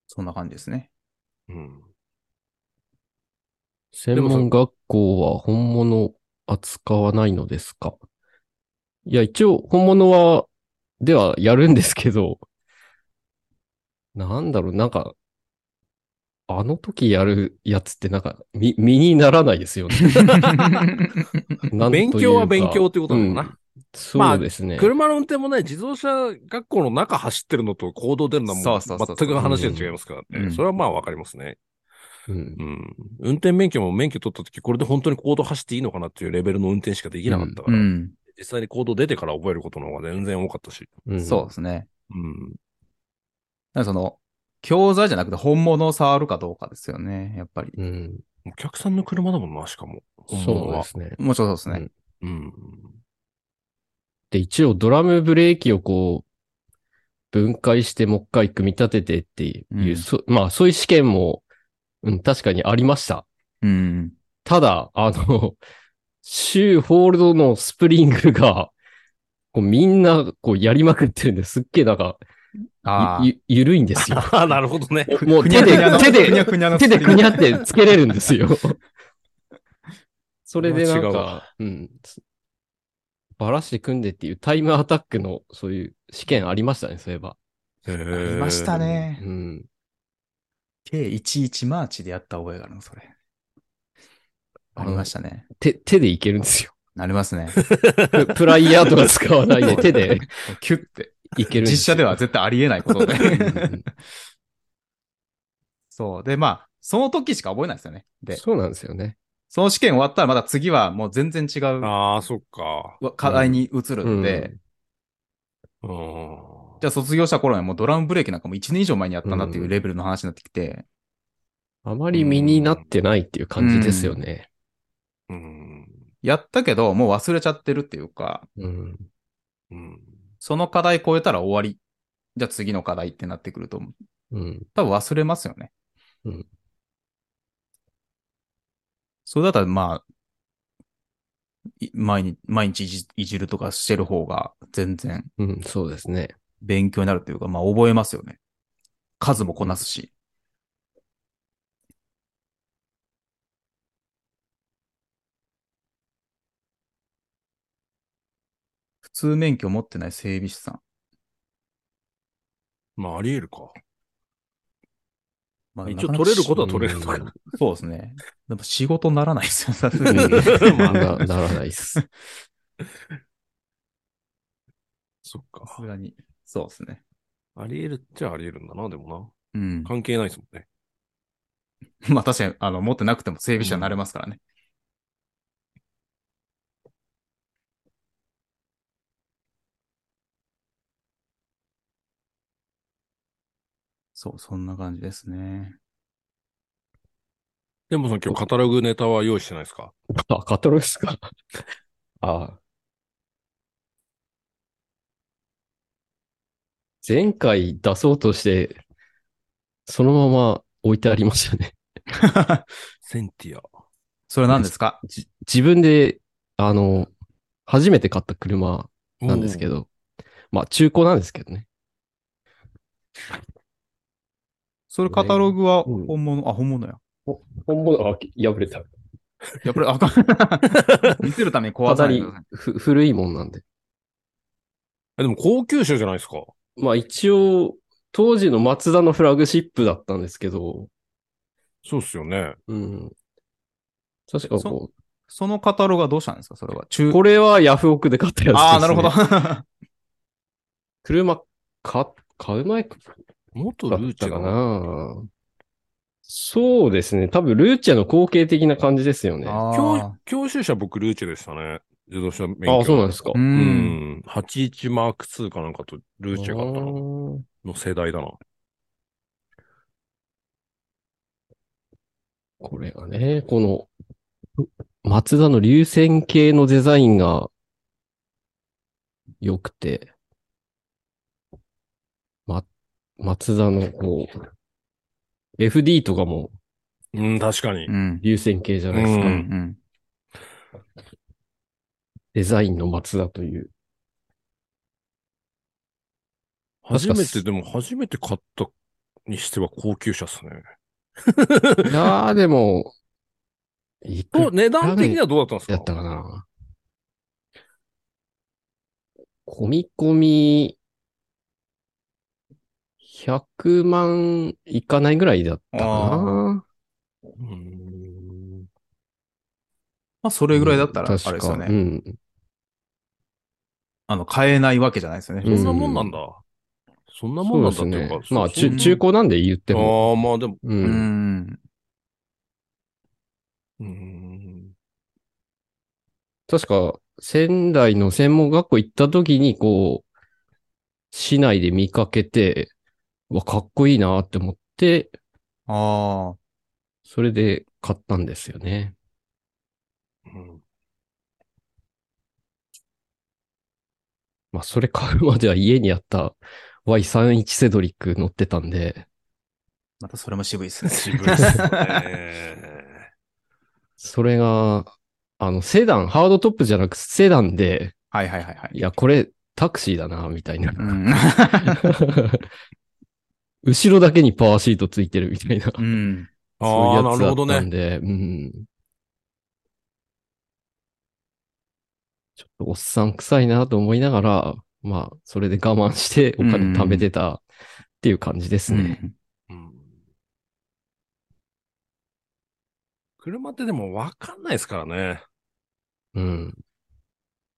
そんな感じですね。うん。専門学校は本物を扱わないのですかいや、一応本物は、ではやるんですけど、なんだろう、なんか、あの時やるやつってなんか、み、身にならないですよね。 なんという勉か強は勉強ってことなのかうんな。そうですね。車の運転もね、自動車学校の中走ってるのと行動出るのはもうそう全そうそうく話が違いますからうね。んそれはまあわかりますね。うんうん。運転免許も免許取った時、これで本当に行動走っていいのかなっていうレベルの運転しかできなかったかうら、ん。実際に行動出てから覚えることの方が全然多かったし。うんそうですね。うん。なんかその、教材じゃなくて本物を触るかどうかですよね。やっぱり。うん。お客さんの車だもんな、しかも。本物そうはですね。もちろんそうですね。うん。 で、一応ドラムブレーキをこう、分解してもう一回組み立ててっていう、うんそまあそういう試験も、うん、確かにありました。うん。ただ、あの、シューホールドのスプリングが、こうみんなこうやりまくってるんですっげえなんか、ああ。ゆ、ゆゆるいんです よ。ああ、なるほどね。もう手で、手くにゃで、くにゃの手でくにゃってつけれるんですよ。 それでなん違うか、うん。バラして組んでっていうタイムアタックのそういう試験ありましたね、そういえば。あありましたねう。ん。計11マーチでやった覚えがあるの、それ。ありましたね。手、手でいけるん ですよ。なりますね。ププライヤーとか使わないで手でキュッて。いけるんです実写では絶対ありえないことで。うん そう。で、まあ、その時しか覚えないですよね。で、そうなんですよね。その試験終わったらまた次はもう全然違うああ、そっか。わ課題に移るんで、うん。じゃあ卒業した頃にはもうドラムブレーキなんかも1年以上前にやったなっていううんレベルの話になってきて、あまり身になってないっていう感じですよね。うん。やったけどもう忘れちゃってるっていうか、うん。うん。その課題超えたら終わり。じゃあ次の課題ってなってくると、うん。多分忘れますよね。うん。それだったら、まあ、い毎日、毎日いじいじるとかしてる方が全然うん、そうです ね。勉強になるというか、まあ覚えますよね。数もこなすし。普通免許持ってない整備士さん。まあ、あり得るか。まあ一応取れることは取れうるんのかな。そうですね。でも仕事にならないですよ、さすうが んに。まなあならないです。 そっさかす。がに。そうですね。あり得るっちゃあり得るんだな、でもうんな。。関係ないですもんね。 まあ確かに、あの、持ってなくても整備士はなれますからね。そう、そんな感じですね。でもさん、今日カタログネタは用意してないですかあ、カトログですか あ前回出そうとして、そのまま置いてありましたね。 センティア。それは何ですかじ自分で、あの、初めて買った車なんですけど。ど、まあ中古なんですけどね。それカタログはうん本物、あ、本物や。本物は破れた。やっぱり、あ かん。見せるために壊さかなないりとふ古いもんなんで。え、でも高級車じゃないですか。まあ一応、当時のマツダのフラグシップだったんですけど、そうっすよね。うん。確かこう、そのカタログはどうしたんですかそれは。中これはヤフオクで買ったやつです、ね。ああ、なるほど。車、か、買う前だっ元ルーチたェかがなそうですね。多分、ルーチェの後継的な感じです よね。あ教あ、教習者僕ルーチェでしたね。自動車免許。あ、そうなんですかう。。うんん。81マーク2かなんかとルーチェがあったあのーの世代だな。これがね、この、マツダの流線形のデザインが良くて、ま、マツダのこう、FD とかもうん、確かにう。ん。流線形じゃないですうか。うんん。デザインのマツダという。か初めて、でも初めて買ったにしては高級車っすね。いやー、でも、いくと、値段的にはどうだったんですかやったかな。込み込み、100万いかないぐらいだったかな。うんまあ、それぐらいだったら、あうれんです確よかうね。ん。あの、買えないわけじゃないですようそね。んなもんなんだ。そんなもんなんだそっうていでうすかね。。まあ、そ中、んな中古なんで言っても。ああ、まあでも、うう。んん。うん。確か、仙台の専門学校行った時に、こう、市内で見かけて、うわ、かっこいいなって思って、ああ。それで買ったんですよね。うんまあ、それ買うまでは家にあった Y31 セドリック乗ってたんで、またそれも渋いですね。渋いっ すね。それが、あの、セダン、ハードトップじゃなくセダンで、はいはいはいはい。いや、これタクシーだな、みたいな。うん。 後ろだけにパワーシートついてるみたいな。うん。そうああ、いうなやつるだほどったんね。で、うん。ちょっとおっさん臭いなと思いながら、まあ、それで我慢してお金貯めてたっていう感じですね。うんうん車ってでも分かんないですからね。うん。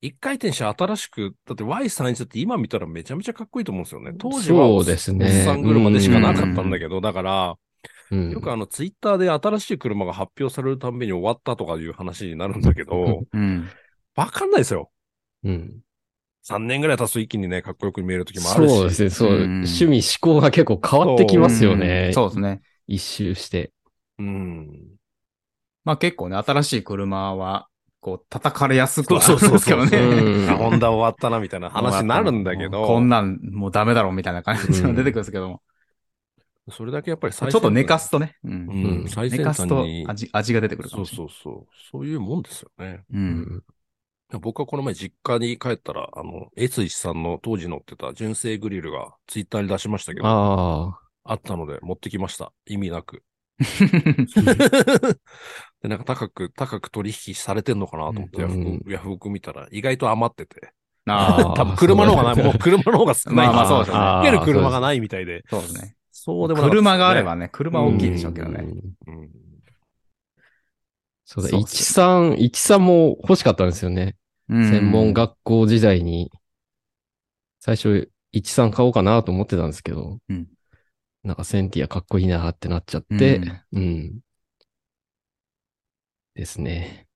一回転車新しく、だって Y31 だって今見たらめちゃめちゃかっこいいと思うんですよね。当時はそおうっですねおっさん車でしかなかったんだけど、だから、うん。よくあのツイッターで新しい車が発表されるたんびに終わったとかいう話になるんだけど、うん。分かんないですよ。うん。 3年ぐらい経つと一気にね、かっこよく見える時もあるし。そうですね、そう。うん趣味、思考が結構変わってきますよね。そうですね。一周して。うん。まあ結構ね、新しい車は、こう、叩かれやすくはそうそうそうあるんですけどね。うんあ、ホンダ終わったなみたいな話になるんだけど、こんなん、もうダメだろ、みたいな感じの出てくるんですけども。それだけやっぱりちょ最っ先端と寝かすとね。う。うんんうん最寝先か端すとに。味、味が出てくるかそもうしれない。そうそう。そういうもんですよね。う。うん僕はこの前実家に帰ったら、あの、S 石さんの当時乗ってた純正グリルがツイッターに出しましたけど、ああったので持ってきました。意味なく。あ。で、なんか高く、高く取引されてんのかなと思って、ヤうんフオクヤフオク見たら意外と余ってて。 ああ、ー多分車の方がない、そうだもう車の方が少ない。まあまあそうですよねかける車がないみたいで。そうですね。そうでもなかったですね車があれ。ばね、車は大きいでしょうけどね。。うんそうだ、そう13、13も欲しかったんですよね。うん専門。学校時代に、最初、13買おうかなと思ってたんですけど、うんなんかセンティアかっこいいなってなっちゃって、うん。ですね。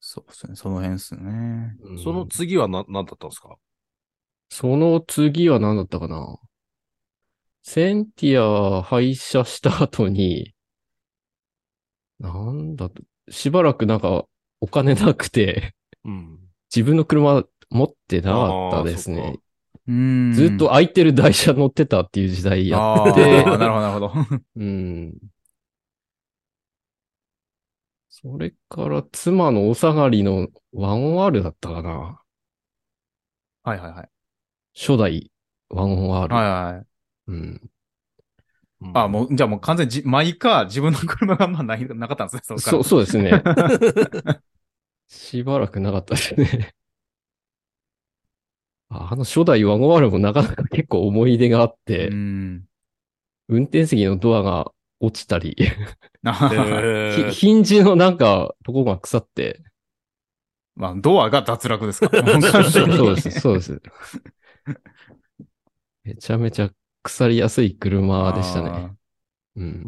そうですね。その辺ですね。うんその次はな、何だったんですかその次は何だったかなセンティア廃車した後に、なんだと、しばらくなんかお金なくて、 うん。自分の車持ってなかったですあーそね。うんずっとあ空いてる台車乗ってたっていう時代やっあ てーなるほど、なるほど。 うん。それから妻のお下がりの 1R だったかなはいはいはい。初代 1R。はいはい。うん。あ、もう、じゃあもう完全にじ、毎回自分の車があんまないなかったんですね、そこからそう、そうですね。しばらくなかったですね。ああの初代 1R もなかなか結構思い出があって、うん。運転席のドアが落ちたり、 ひえヒンジのなんか、とこが腐って、 まあ、ドアが脱落です から。もう完全にそうです、そうです。めちゃめちゃ腐りやすい車でしたね。。うんー、う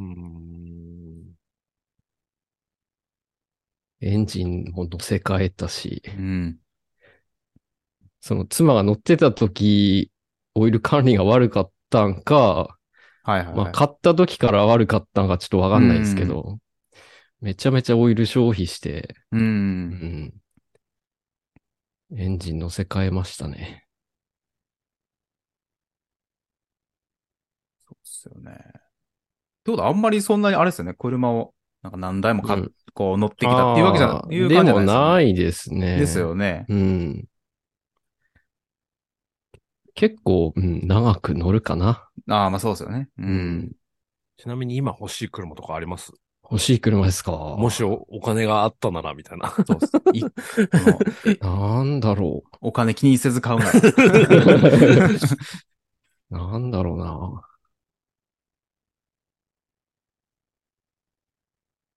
ー。んエンジンも乗せ替えたし、あーうん。その妻が乗ってた時、オイル管理が悪かったんか、はいはいはい。まあ買った時から悪かったんかちょっとわかんないですけど、めちゃめちゃオイル消費して、う。うんん。エンジン乗せ替えましたね。そうですよね。ってことはあんまりそんなにあれですよね、車をなんか何台も買っうんこう乗ってきたっていうわけじゃあなーい。いう感じでじゃもなないいですね。ですよね。うん。結構、うん、長く乗るかな。ああ、まあそうですよね。うん。ちなみに今欲しい車とかあります欲しい車ですか。ももしおお金があったならみたいな。 そうっすいこのなんだろお金気にせず買う なら。う。 なんだろうな。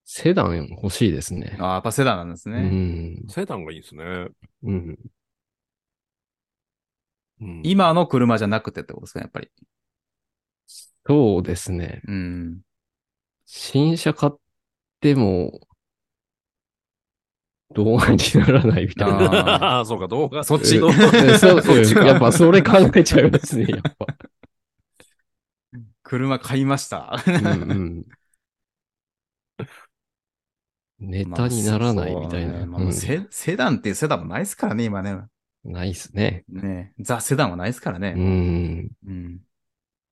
セダン欲しいですね。ああ、やっぱセダンなんですうね。ん。セダンがいいですね。うん。うん、今の車じゃなくてってことですかね、やっぱり。そうですね。うん。新車買っても、動画にならないみたいな。あああ、 そうか、動画。そっち動画えそう、そっちかやっぱそれ考えちゃいますね、やっぱ。車買いました。 うんうんネタにならないみたいな。まあそうねまあセセダンっていうセダンもないですからね、今ね。うんないっすね。ねザ・セダンはないですからうね。ん。うん。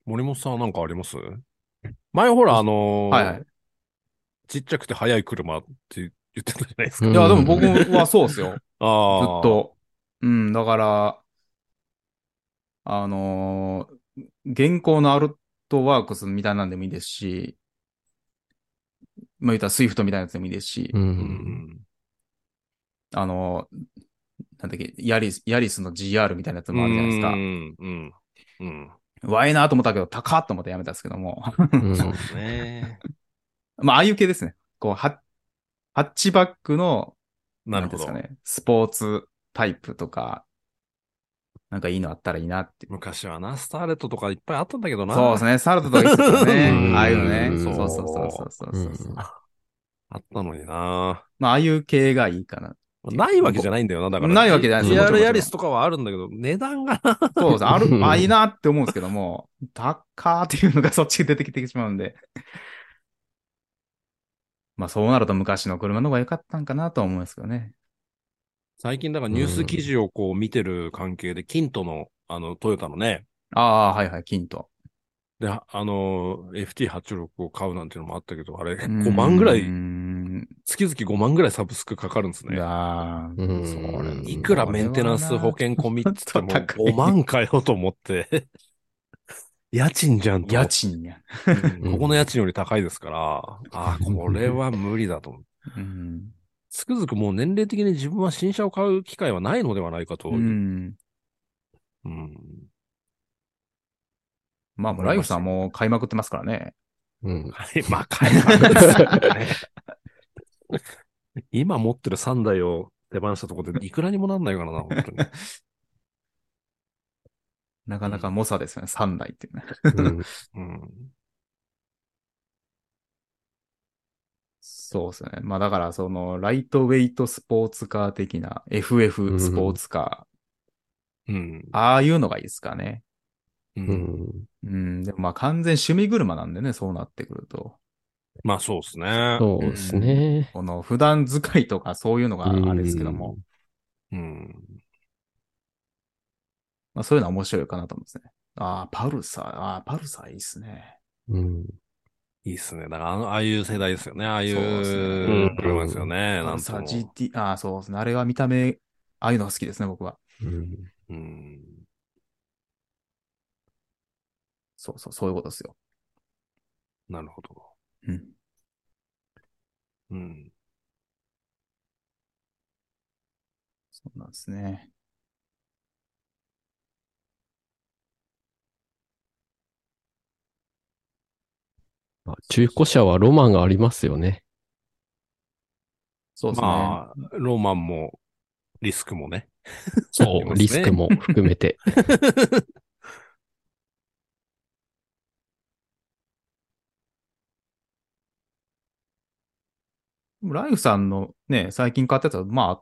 森本さんなんかあります前ほら、あのーはいはい。ちっちゃくて速い車って言ってたじゃないですか。うんいや、でも僕はそうですよ。 ずっああ。。と。うん、だから、あのー現行のアルトワークスみたいなんでもいいですし、まあ言ったらスイフトみたいなやつでもいいですし、う。うんん。あのーなんだっけ、ヤリス、ヤリスの GR みたいなやつもあるじゃないですかう。ん。うん。うん。わえなと思ったけど、高っと思ってやめたんですけども。 うんそうですね。まあ、ああいう系ですね。こう、ハハッチバックのなるほどん。ていうんですかね。スポーツタイプとか、なんかいいのあったらいいなって。昔はな、スターレットとかいっぱいあったんだけどな。そうですね。サルトとかいいっすようね。んああいうのねう。んそうそうそうそうそうそうそううんあったのにな。まあ、ああいう系がいいかな。ないわけじゃないんだよな、だから。ないわけじゃないですもちろん GR ヤリスとかはあるんだけど、値段がな。そうです。あ るう、んああいいなって思うんですけども、高ーっていうのがそっちに出てきてしまうんで。まあ、そうなると昔の車の方が良かったんかなとは思うんですけどね。最近、だからニュース記事をこう見てる関係で、キントの、あの、トヨタのね、ああ、はいはい、金と。で、あの、FT86 を買うなんていうのもあったけど、あれ、 5 5万ぐらい、うん。月々5万ぐらいサブスクかかるんですいね。やーうんそれいくらメンテナンス保険込みっつってもち ょっと高い5万かよと思って。 家賃じゃんと。家賃や。うんここの家賃より高いですから、あーこれは無理だと思う。うん。つくづくもう年齢的に自分は新車を買う機会はないのではないかというう。ん。うんまあ、もうライフさんもう買いまくってますからね。うん。はい、 まあ、買えばですよね 今持ってる3台を手放したところでいくらにもなんないからな、本当に。なかなか猛者ですよね、3台っていうね。うんうん。そうですね。まあ、だから、その、ライトウェイトスポーツカー的な、FF スポーツカうん。ー、ああいうのがいいですかね。う、うんんうん、でもまあ、完全趣味車なんでね、そうなってくると。まあ、そうですね。そうですね。この、普段使いとかそういうのがあれですけども、うん。まあ、そういうのは面白いかなと思うんですね。ああ、パルサー、ああ、パルサーいいっすね。うん。いいっすね。だから、あのああいう世代ですよね。ああいそうですうね車ですよね。パなルんとサも。ー GT、ああ、そうですね。あれは見た目、ああいうのが好きですね、僕は。うんうん。そうそう、そういうことですよ。なるほど。うん。うん。そうなんですね。まあ中古車はロマンがありますよね。そうですね。まあ、ロマンも、リスクも ね。そありますう、ねリスクも含め て。ライフさんのね、最近買ったやつは、ま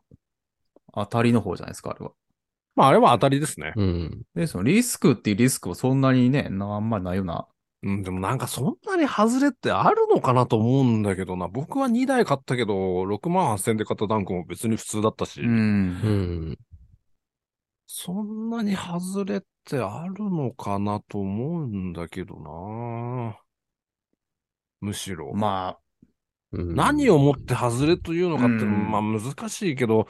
あ、当たりの方じゃないですか、あれは。まあ、あれは当たりですね。うん。で、そのリスクっていうリスクもそんなにね、なあんまりないような。。うん、でもなんかそんなに外れってあるのかなと思うんだけどな。僕は2台買ったけど、6万8000円で買ったダンクも別に普通だったし、うんん。そんなに外れってあるのかなと思うんだけどな。むしろ。まあ、うん何をもって外れというのかって、うんまあ難しいけど、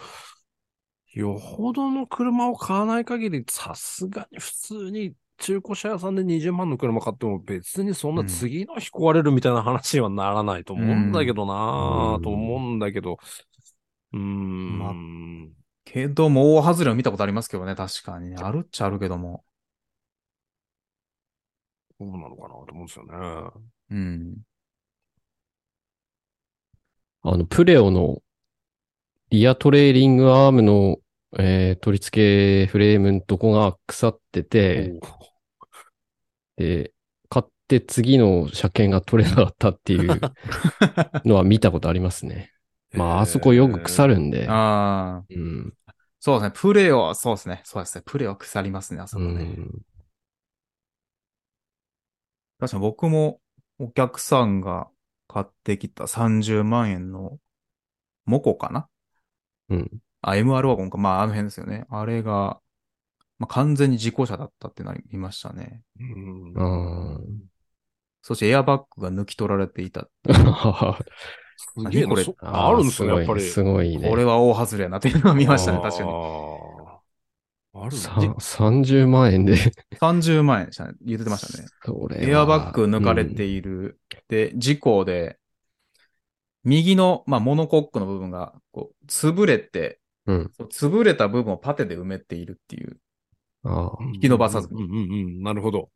よほどの車を買わない限り、さすがに普通に中古車屋さんで20万の車買っても別にそんな次の日壊れるみたいな話にはならないと思うんだけどなうぁ、んと思うんだけど、うーん。まけども、大外れを見たことありますけどね、確かにね。あるっちゃあるけども。どうなのかなと思うんですよね。うん。あの、プレオのリアトレーリングアームの、えー取り付けフレームのとこが腐ってて、で、買って次の車検が取れなかったっていうのは見たことありますね。まあ、あそこよく腐る。るんで、ああ、うん。そうですね。プレイは、そうですね。そうですね。プレイは腐りますね、あそうこね。ん。確かに僕もお客さんが買ってきた30万円のモコかなうん。あ、MR ワゴンか。まあ、あの辺ですよね。あれが、まあ、完全に事故車だったってなりましたね。うんあそしてエアバッグが抜き取られていた。ーすげえな何これそあるんですね、やっぱり。すごいね。これは大外れやなっていうのを見ましたね、確かに。に。あるさね。 30万円で。 30万円でしたね言ってましたね。それはエアバッグ抜かれている。で、事故で、右の、まあ、モノコックの部分が、こう、潰れて、うんその潰れた部分をパテで埋めているっていう。うんああ。引き延ばさずうんにうんうん、なるほど。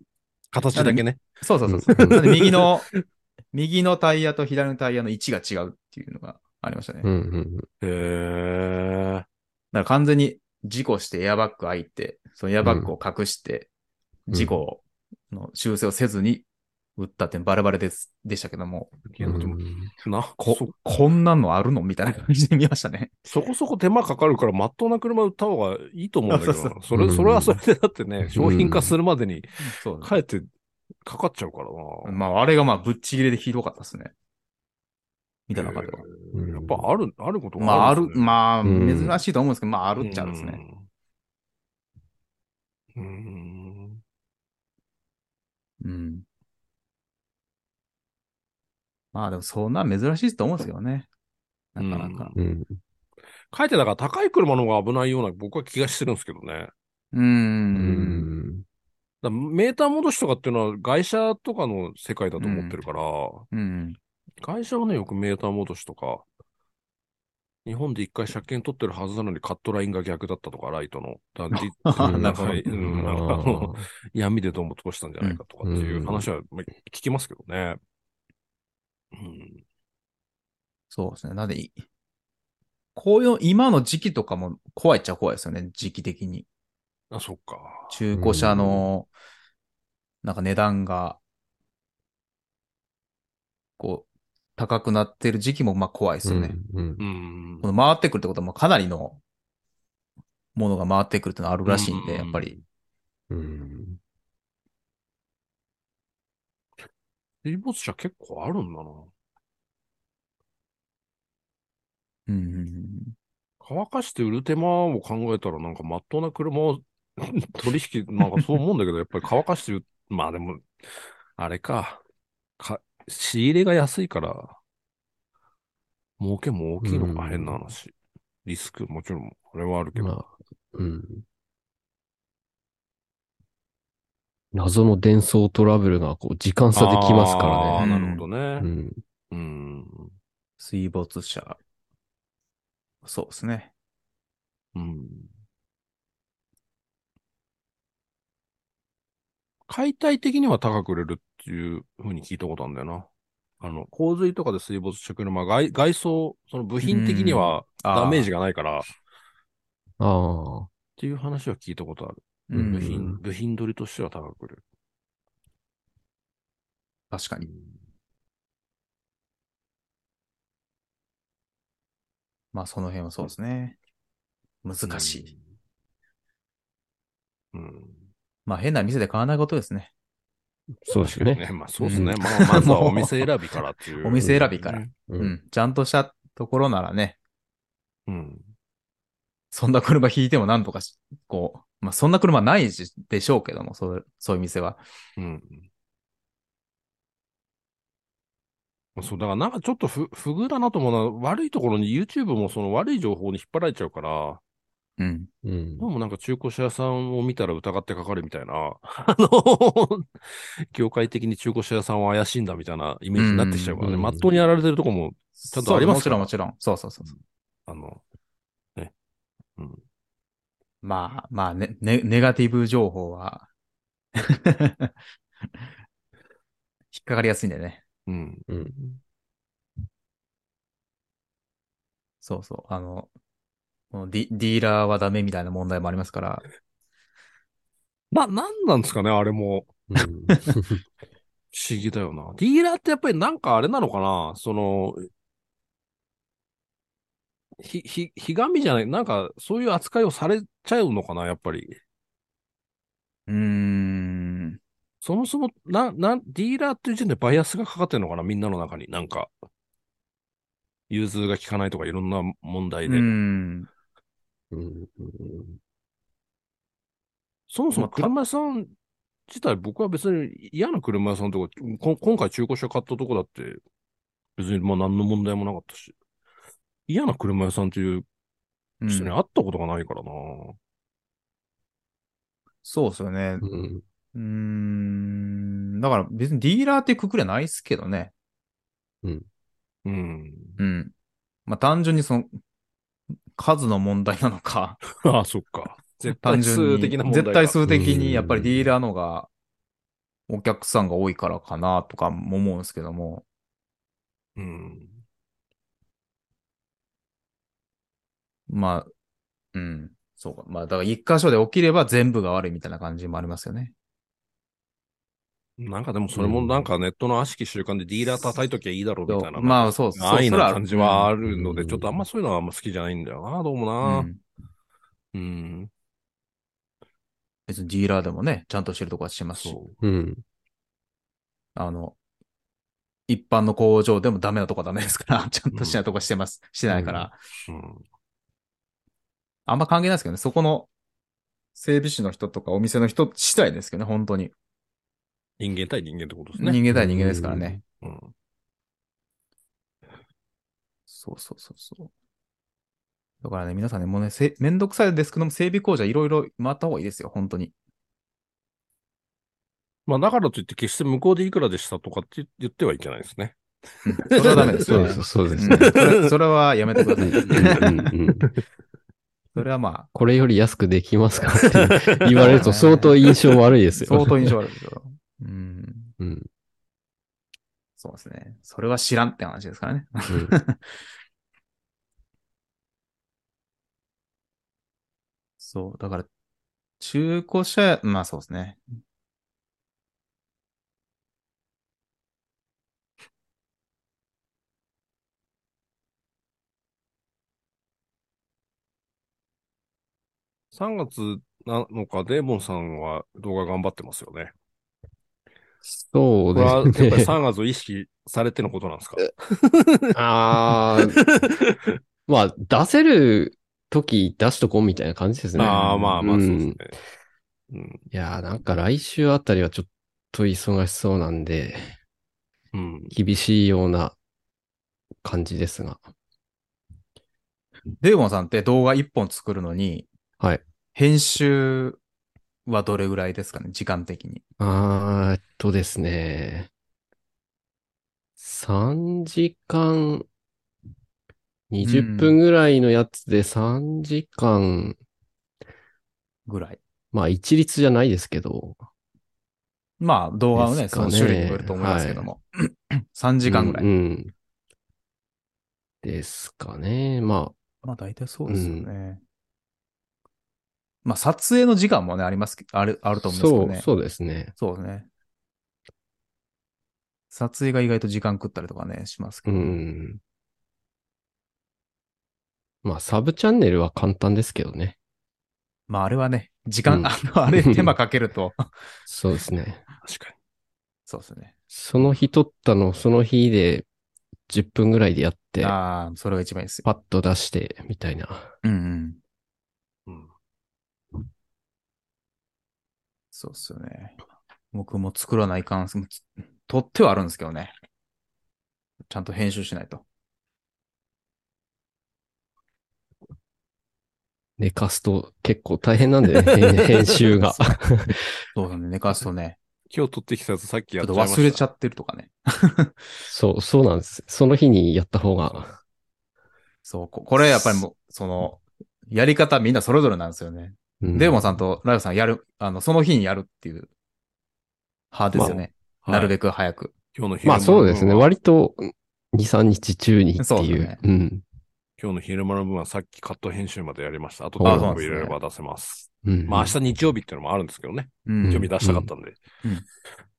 形だけね。そうそうそうそう。うんなんで右の、 右のタイヤと左のタイヤの位置が違うっていうのがありましたね。うんうんへえ。だから完全に事故してエアバッグ開いて、そのエアバッグを隠して、うん事故の修正をせずに打ったってバラバラです、でしたけども、いや、うでも、ん。な、こそ、、こんなのあるのみたいな感じで見ましたね。そこそこ手間かかるから、まっとうな車売った方がいいと思うんだけどな、そうそうそうんれ、それはそれでだってね、商品う化んするまでに、そうかえってかかっちゃうからな。まあ、あれがまあ、ぶっちぎれでひどかったですね。見た中では。へーやっぱある、あることまあ、ある、あ、まあ、うん珍しいと思うんですけど、まあ、ああるっちゃあるですね。。うーん。うん。まあ、でも、そんな珍しいと思うんですけどね。なかなか。うん。かえってだから高い車の方が危ないような、僕は気がしてるんですけどね。うー。うんん。だからメーター戻しとかっていうのは、外車とかの世界だと思ってるから、うん。会社はね、よくメーター戻しとか、日本で一回車検取ってるはずなのにカットラインが逆だったとか、ライトの。だ じあうんなるほどはいうんなんかあの闇でどうも通したんじゃないかとかっていう話は、まあ聞きますけどね。うん。そうですね。なんでい、こういう、今の時期とかも怖いっちゃ怖いですよね。時期的に。あ、そっか。中古車の、なんか値段が、こう、高くなってる時期もまあ怖いですよね。うん。うんこ。の回ってくるってことはもうかなりのものが回ってくるってのはあるらしいんで、うんやっぱり。。うん。水没車結構あるんだな。うんうんうん乾かして売る手間を考えたら、なんかまっとうな車を 取引、なんかそう思うんだけど、やっぱり乾かして売っ、まあでも、あれかか、仕入れが安いから、儲けも大きいのか、うん変な話。リスク、もちろん、あれはあるけど。まあ、うん。謎の伝送トラブルが、こう、時間差できますからあーね。なるほどうね。ん。うん。水没車。そうですね。うん。解体的には高く売れるっていうふうに聞いたことあるんだよな。あの、洪水とかで水没した車、外外装、その部品的にはあーダメージがないから、っああ。ていう話は聞いたことある。う部ん、品、部品取りとしては高く売れる。確かに。まあ、その辺はそうですね。難しい。うん。まあ、変な店で買わないことですね。そうですよね。ね。まあそうですね。うんまあまずはお店選びからっていう。 お店選びから。う。うんん。ちゃんとしたところならね、うん。そんな車引いてもなんとかし、こう、まあ、そんな車ないしでしょうけども、そうそういう店は。うん。そう、だからなんかちょっと不不遇だなと思うのは、悪いところに YouTube もその悪い情報に引っ張られちゃうから、うん。うんどうもなんか中古車屋さんを見たら疑ってかかるみたいな、あの、業界的に中古車屋さんは怪しいんだみたいなイメージになってきちゃうからね、うんまっとうにやられてるとこも、ちゃんとありますもちからろんもちろん。そうそうそうそう。あの、まあ、まあね、ね、ネガティブ情報は、 引っかかりやすいんでね。うん、うん。そうそう。あの、このディディーラーはダメみたいな問題もありますから。な、なんなんですかね、あれも。うん不思議だよな。ディーラーってやっぱりなんかあれなのかなその、ひ、ひ、ひがみじゃない、なんかそういう扱いをされちゃうのかなやっぱり。うーん。そもそも、な、な、ディーラーっていう時点でバイアスがかかってるのかなみんなの中に。なんか、融通が効かないとかいろんな問う題で。ーん。うんそもそもまあか車屋さん自体、僕は別に嫌な車屋さんとか、こ今回中古車買ったとこだって、別にまあ何の問題もなかったし、嫌な車屋さんといううん人に会ったことがないからな。そうですよね。うんうーん。だから別にディーラーってくくりはないっすけどね。うん。うん。まあ単純にその、数の問題なのか、ああ、そっか。絶対単純数に、的な問題絶対か数的にやっぱりディーラーのが、お客さんが多いからかなとかも思うんですけども。うん。まあ、うん。そうか。まあ、だから一箇所で起きれば全部が悪いみたいな感じもありますよね。なんかでもそれもなんかネットの悪しき習慣でディーラー叩いときゃいいだろうみたいな。まあ、そうそう。安易それなある感じはあるのうで、んちょっとあんまそういうのはあんま好きじゃないんだよな、どううもんうな。んうん。別にディーラーでもね、ちゃんとしてるとこはしますし、そう。うん。あの、一般の工場でもダメなとこはダメですから、ちゃんとしないとこはしてます。してないから、うんあんま関係ないですけどね、そこの整備士の人とかお店の人次第ですけどね、本当に。人間対人間ってことです人ね。間対人間ですからね。うん。そうそうそうそう。だからね、皆さんね、もうね、せめんどくさいですけども、整備工場いろいろ回った方がいいですよ、本当に。まあ、だからといって決して向こうでいくらでしたとかって言ってはいけないですね。うんそれはダメですそよ、うね。です、そうですう。んそれそれはやめてくだうさんい。うんうんそれはまこれより安くできますかって言われると相当印象悪いであ、すよ。相当印象あるでしょ。うん。うん。そうですね。それは知らんって話ですからね。うんそう。だから、中古車、まあそうですね。 3月7日でモンさんは動画頑張ってますよね。そこれはやっうぱりですね。 3月を意識されてのことなんですかああ、まあ、出せる時出しとこうみたいな感じですね。ああ、まあまあ、そうですね。いやーなんか来週あたりはちょっと忙しそうなんで、うん。うん。厳しいような感じですが。デーモンさんって動画一本作るのに、はい。編集はどれぐらいですかね、時間的に。あーえっとですね。3時間、20分ぐらいのやつで3時間、ぐらい。まあ一律じゃないですけど、まあ、動画をね、ですそかねの種類によると思いますけども。 3時間ぐらい。うんうんですかね。ままあ大体そうですよね。まあ撮影の時間もね、ありますけ、ある、あるとあ、思そうんですけどう、ね。そうですね。そうですね。撮影が意外と時間食ったりとかね、しますけうど。ん。まあ、サブチャンネルは簡単ですけどね。まああれはね、時う間、んあの、あれ手間かけると、そうですね。確かに。そうですね。その日撮ったのをその日で10分ぐらいでやって、ああ、それが一番いいですよ。パッと出して、みたいな。うんうん。うん。そうっすよね。僕も作らないかんす。撮ってはあるんですけどね。ちゃんと編集しないと。寝かすと結構大変なんでね、編集が。そうだね。寝かすとね、今日取ってきたやつさっきちやっょっちゃといました。忘れちゃってるとかね。そう、そうなんです。その日にやった方が。そう、ここれやっぱりもう、その、やり方みんなそれぞれなんですよね。うんデーモンさんとライフさんやる、あの、その日にやるっていう派ですよね。はいなるべく早く。今日の昼間まあの分はそうですね。割と2、3日中にってそういでう。すねうん。今日の昼間の分はさっきカット編集までやりました。あとあ全そうなん部で入すねれれば出せます。うん。まあ明日日曜日っていうのもあるんですけどね。う日興曜味日ん。出したかったんで。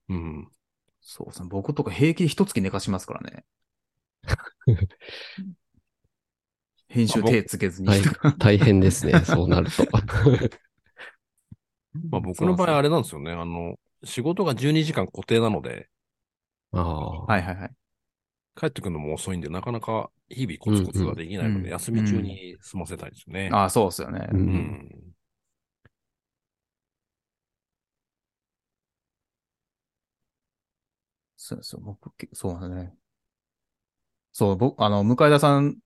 うんうん。そうですね。僕とか平気で一月寝かしますから ね。編集手つけずに。はい大変ですね。そうなると。 まあ僕の場合あれなんですよね。あの、仕事が12時間固定なので、ああ。はいはいはい。帰ってくるのも遅いんで、なかなか日々コツコツができないのうんうで、ん休み中に済ませたいですね。ああ、そうですよね。うんうん。そうそう、僕、けそうだね。そう、僕、あの、向田さん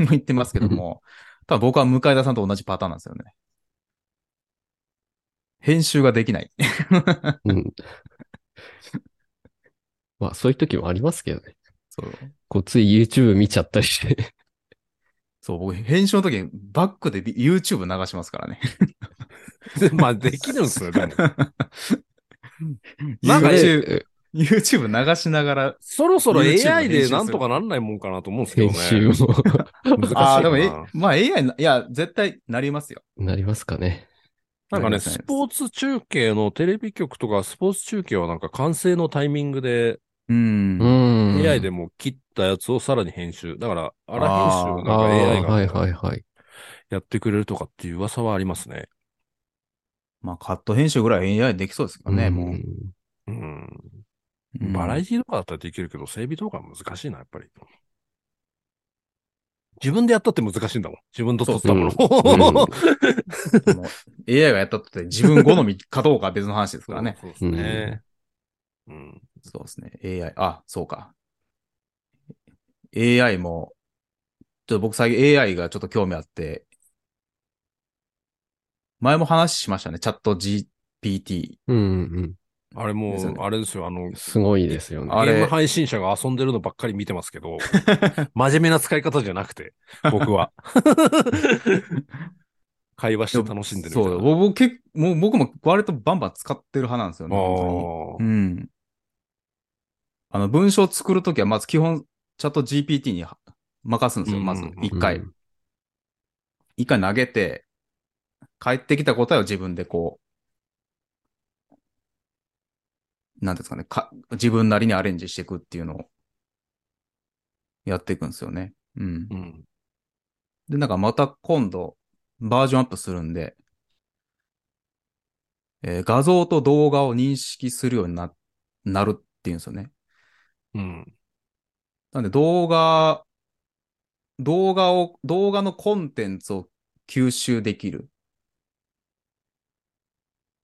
も言ってますけど も、多分僕は向田さんと同じパターンなんですよね。編集ができない。うん。まあそういう時もありますけどね。そう、こうつい YouTube 見ちゃったりして。そう僕、編集の時、バックで YouTube 流しますからね。 でまあできるん ですよ、でも。なんか YouTube, で YouTube 流しながら、そろそろ YouTube の AI 編集でするなんとかなんないもんかなと思うんですけど編ね。集も 難しいああ、なでもえ、まあ AI な、いや、絶対なりますよ。なりますかね。なんかなりね、ますスポーツ中継のテレビ局とかスポーツ中継はなんか完成のタイミングで、うん。うん。 AI でも切ったやつをさらに編集。だから、あら編集ああ、なんかは AI いがはいはい。やってくれるとかっていう噂はありますね。まあ、カット編集ぐらい AI できそうですけどね、もうう。ん。うんバラエティとかだったらできるけど、整備とかは難しいな、やっぱり。自分でやったって難しいんだもん。自分と撮ったものを。も う AI がやったとて自分好みかどうかは別の話で 。すからねそうですね。うん。そうですね。AI、あ、そうか。AI も、ちょっと僕最近 AI がちょっと興味あって、前も話しましたね。チャット GPT。うんうん。あれもですよねう、あれですよ、あの、すごいですよね。あゲれーム配信者が遊んでるのばっかり見てますけ ど、真面目な使い方じゃなくて、僕は。会話して楽しんでるみたいな。そう、僕結構もう僕も割とバンバン使ってる派なんですよね。本そ当にうん。あの、文章作るときはまず基本チャット GPT に任すんですよ。まず一回。うん一回投げて、帰ってきた答えを自分でこう、なんていうんですかね、か、自分なりにアレンジしていくっていうのを、やっていくんですよね。うんう。。うん。で、なんかまた今度、バージョンアップするんで、えー画像と動画を認識するようにな、なるっていうんですよね。うん。なんで動画、動画を、動画のコンテンツを吸収できる。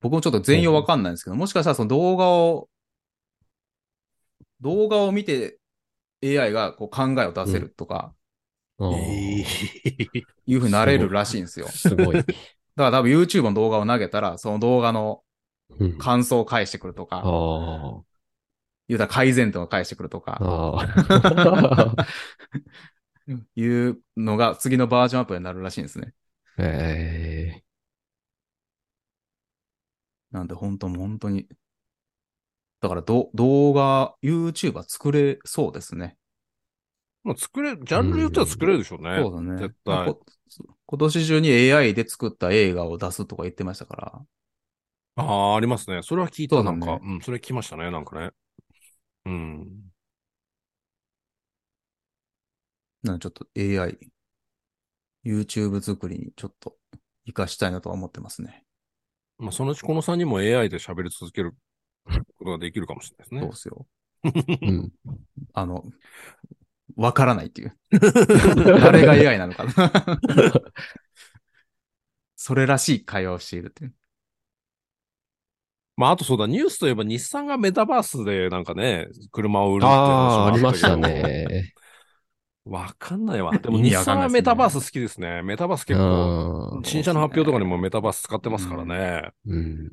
僕もちょっと全容わかんないんですけど、もしかしたらその動画を、動画を見て AI がこう考えを出せるとか、ああいう風になれるらしいんですよ。す ごい。だから多分 YouTube の動画を投げたら、その動画のうん感想を返してくるとあか、あ。言うたら改善点を返してくるとか、ああ。いうのが次のバージョンアップになるらしいんですね。 ええなんで本当もう本当に、だからど、動画、YouTuber 作れそうですね。まあ、作れ、ジャンルによっては作れるでしょうね。そうだね。絶まあ対。こ今年中に AI で作った映画を出すとか言ってましたから。ああ、ありますね。それは聞いた、そうだなねんか。うん、それ聞きましたね、なんかね。うん。なんでちょっと AI、YouTube 作りにちょっと活かしたいなとは思ってますね。まあ、そのうちこの3人も AI で喋り続けることができるかもしれないどうでっすよ。 うん。あの、わからないっていう。誰が AI な のかな。それらしい会話をしているっていう。まあ、あとそうだ、ニュースといえば日産がメタバースでなんかね、車を売るって話ああ、もありまけしどた。ね。 わかんないわ。でも意味日わかん産なはいですねメタバース好きですね。メタバース結構、あ新車の発表とかにもメタバース使ってますからね。ーうん。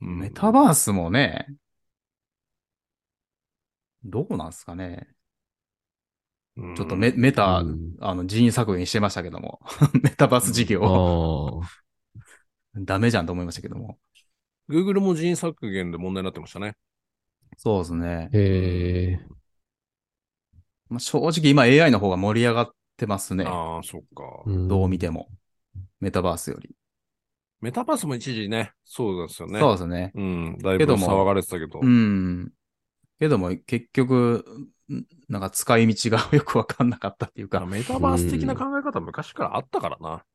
うんメタバースもね、どうなんすかね。うんちょっとメメタ、うんあの、人員削減してましたけども。 メタバース事業、あ ダメじゃんと思いましたけども。 Google も人員削減で問題になってましたね。そうですねあ、。へえ。まあ、正直今 AI の方が盛り上がってますね。ああ、そっか。んどう見ても。メタバースより。メタバースも一時ね、そうなんですよね。そうですね。うん、だいぶけども騒がれてたけど。うん。けども結局、んなんか使い道がよくわかんなかったっていうまあか、メタバース的な考え方は昔からあったからな。ま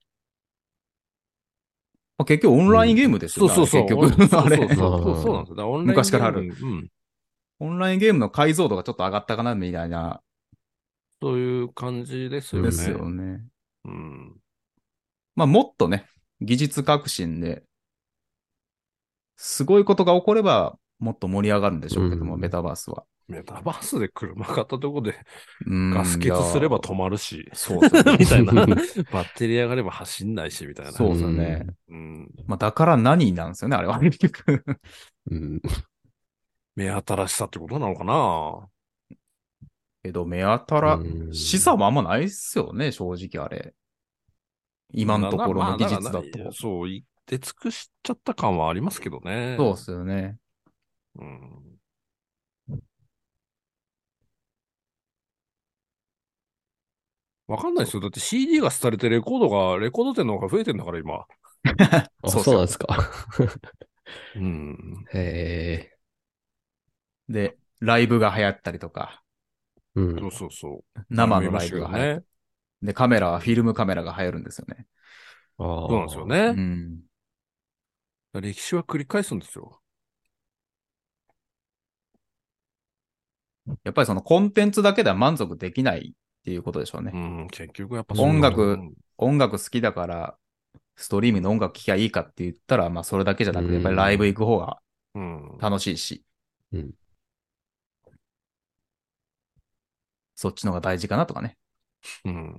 あ結局オンラインゲームですそようね。そうそう。あれ結そう局、 あそうれ。そうそうそうなんですよ。だからオンライン昔からあるゲームうん。オンラインゲームの解像度がちょっと上がったかなみたいな。そういう感じですよね。ですよね。うん。まあもっとね、技術革新で、すごいことが起これば、もっと盛り上がるんでしょうけども、うんメタバースは。メタバースで車買ったところでうんガス欠すれば止まるし、そうです ねみたいな。バッテリー上がれば走んないし、みたいな。そうですよね。うん。まあ、だから何なんですよね、あれは。 結局うん。目新しさってことなのかなけど、目新うんしさもあんまないっすよね、正直あれ。今のところの技術だと。まあまあからそう、言って尽くしちゃった感はありますけどね。そうっすよね。うん。わかんないですよ。だって CD が廃れてレコードが、レコード店の方が増えてんだから今。あ、そうそうそうなんですか。うん。へえ。で、ライブが流行ったりとか、そう。うんそうそう。生のライブが流行ったりね。で、カメラはフィルムカメラが流行るんですよね。そそうなんですよ。ね。うん。歴史は繰り返すんですよ。やっぱりそのコンテンツだけでは満足できないっていうことでしょうね。うん、結局やっぱ音楽そうなんだ音楽好きだから、ストリームの音楽聴きゃいいかって言ったら、まあそれだけじゃなくうんて、やっぱりライブ行く方がうん。うん楽しいし、うんそっちの方が大事かなとかね。うん。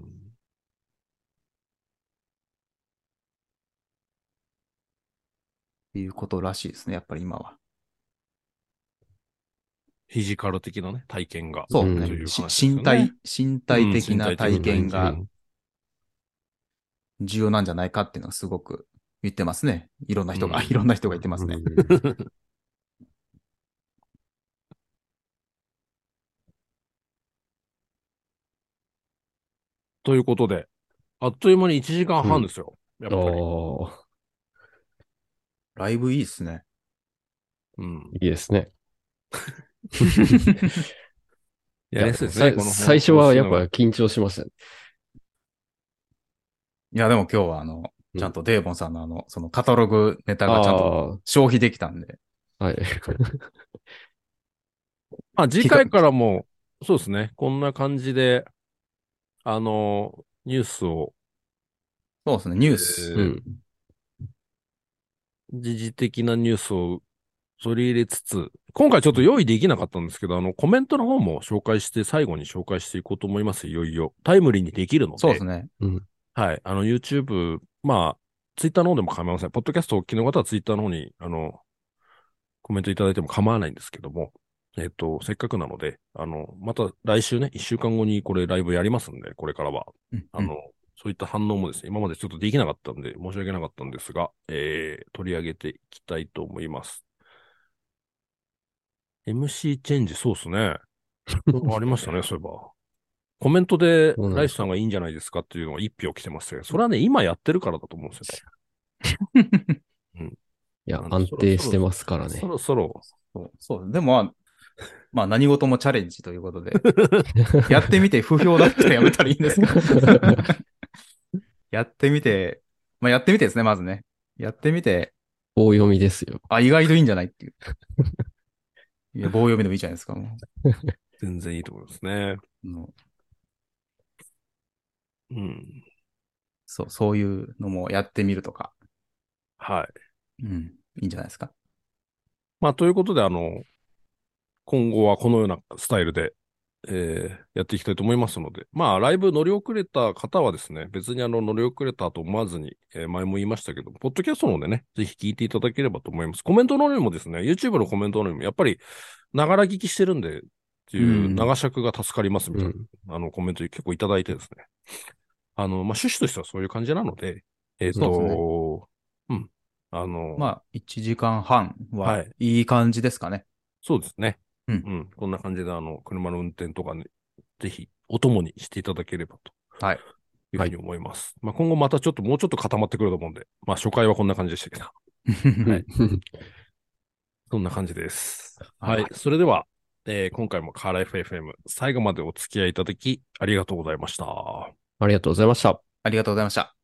いうことらしいですね、やっぱり今は。フィジカル的なね、体験が。そううんね。という話ですしよね身体、身体的うなん身体体的な験うがん重要なんじゃないかっていうのがすごく言ってますね。いろんな人が、うんいろんな人が言ってますね。うんということで、あっという間に1時間半ですよ。やっぱり。ああ、ライブいいですね。うん。いいですね。やりやすいですさね。いこの最初はやっぱこういう緊張しましたね。いや、でも今日はあの、うんちゃんとデーボンさんのあの、そのカタログネタあがちゃんとあ消費できたんで。ー、はい。のまあ次回からも、そうですね。こんな感じで、あの、ニュースをそうですね、ニュース。うん。時事的なニュースを取り入れつつ、今回ちょっと用意できなかったんですけど、あの、コメントの方も紹介して、最後に紹介していこうと思います、いよいよ。タイムリーにできるので。そうですね。はい。あの、YouTube、まあ、Twitter の方でも構いません。ポッドキャストをお聞きの方は Twitter の方に、あの、コメントいただいても構わないんですけども、えっと、せっかくなので、あの、また来週ね、一週間後にこれライブやりますんで、これからは。うんあの、そういった反応もですね、今までちょっとできなかったんで、申し訳なかったんですが、えー、取り上げていきたいと思います。 MC チェンジ、そうっ すね。ありましたね、そういえば。コメントで、そうなんですよライスさんがいいんじゃないですかっていうのが一票来てましたけど、それはね、今やってるからだと思うんですよいやあ、の安定してますからね。ねそ。ろそろ、そうそう。でも、まあ、まあ何事もチャレンジということで、やってみて不評だったらやめたらいいんです けど。やってみて、まあやってみてですね、まずね。やってみて、大読みですよ。あ、意外といいんじゃないっていう。いや、棒読みでもいいじゃないですか。も全然いいと思いますね。うもううん。そう、そういうのもやってみるとか。はい。うん。いいんじゃないですか。まあ、ということで、あの、今後はこのようなスタイルで、えーやっていきたいと思いますので、まあ、ライブ乗り遅れた方はですね、別にあの、乗り遅れたと思わずに、えー前も言いましたけど、ポッドキャストの方でね、ぜひ聞いていただければと思います。コメントの方にもですね、YouTube のコメントの方にも、やっぱり、ながら聞きしてるんで、っていううん長尺が助かりますみうたいな、ん。あの、コメント結構いただいてですね。あの、まあ、趣旨としてはそういう感じなので、えっ、とそうですうん。あの、まあ、1時間半ははいいい感じですか ね。そうですね。うんうん。こんな感じで、あの、車の運転とかね、ぜひ、お供にしていただければと。はい。いうふうに思います。まあ、今後またちょっと、もうちょっと固まってくると思うんで、まあ、初回はこんな感じでしたけど、はいそんな感じです。はい。それでは、えー今回もカーライフ FM、最後までお付き合いいただき、ありがとうございました。 ありがとうございました。ありがとうございました。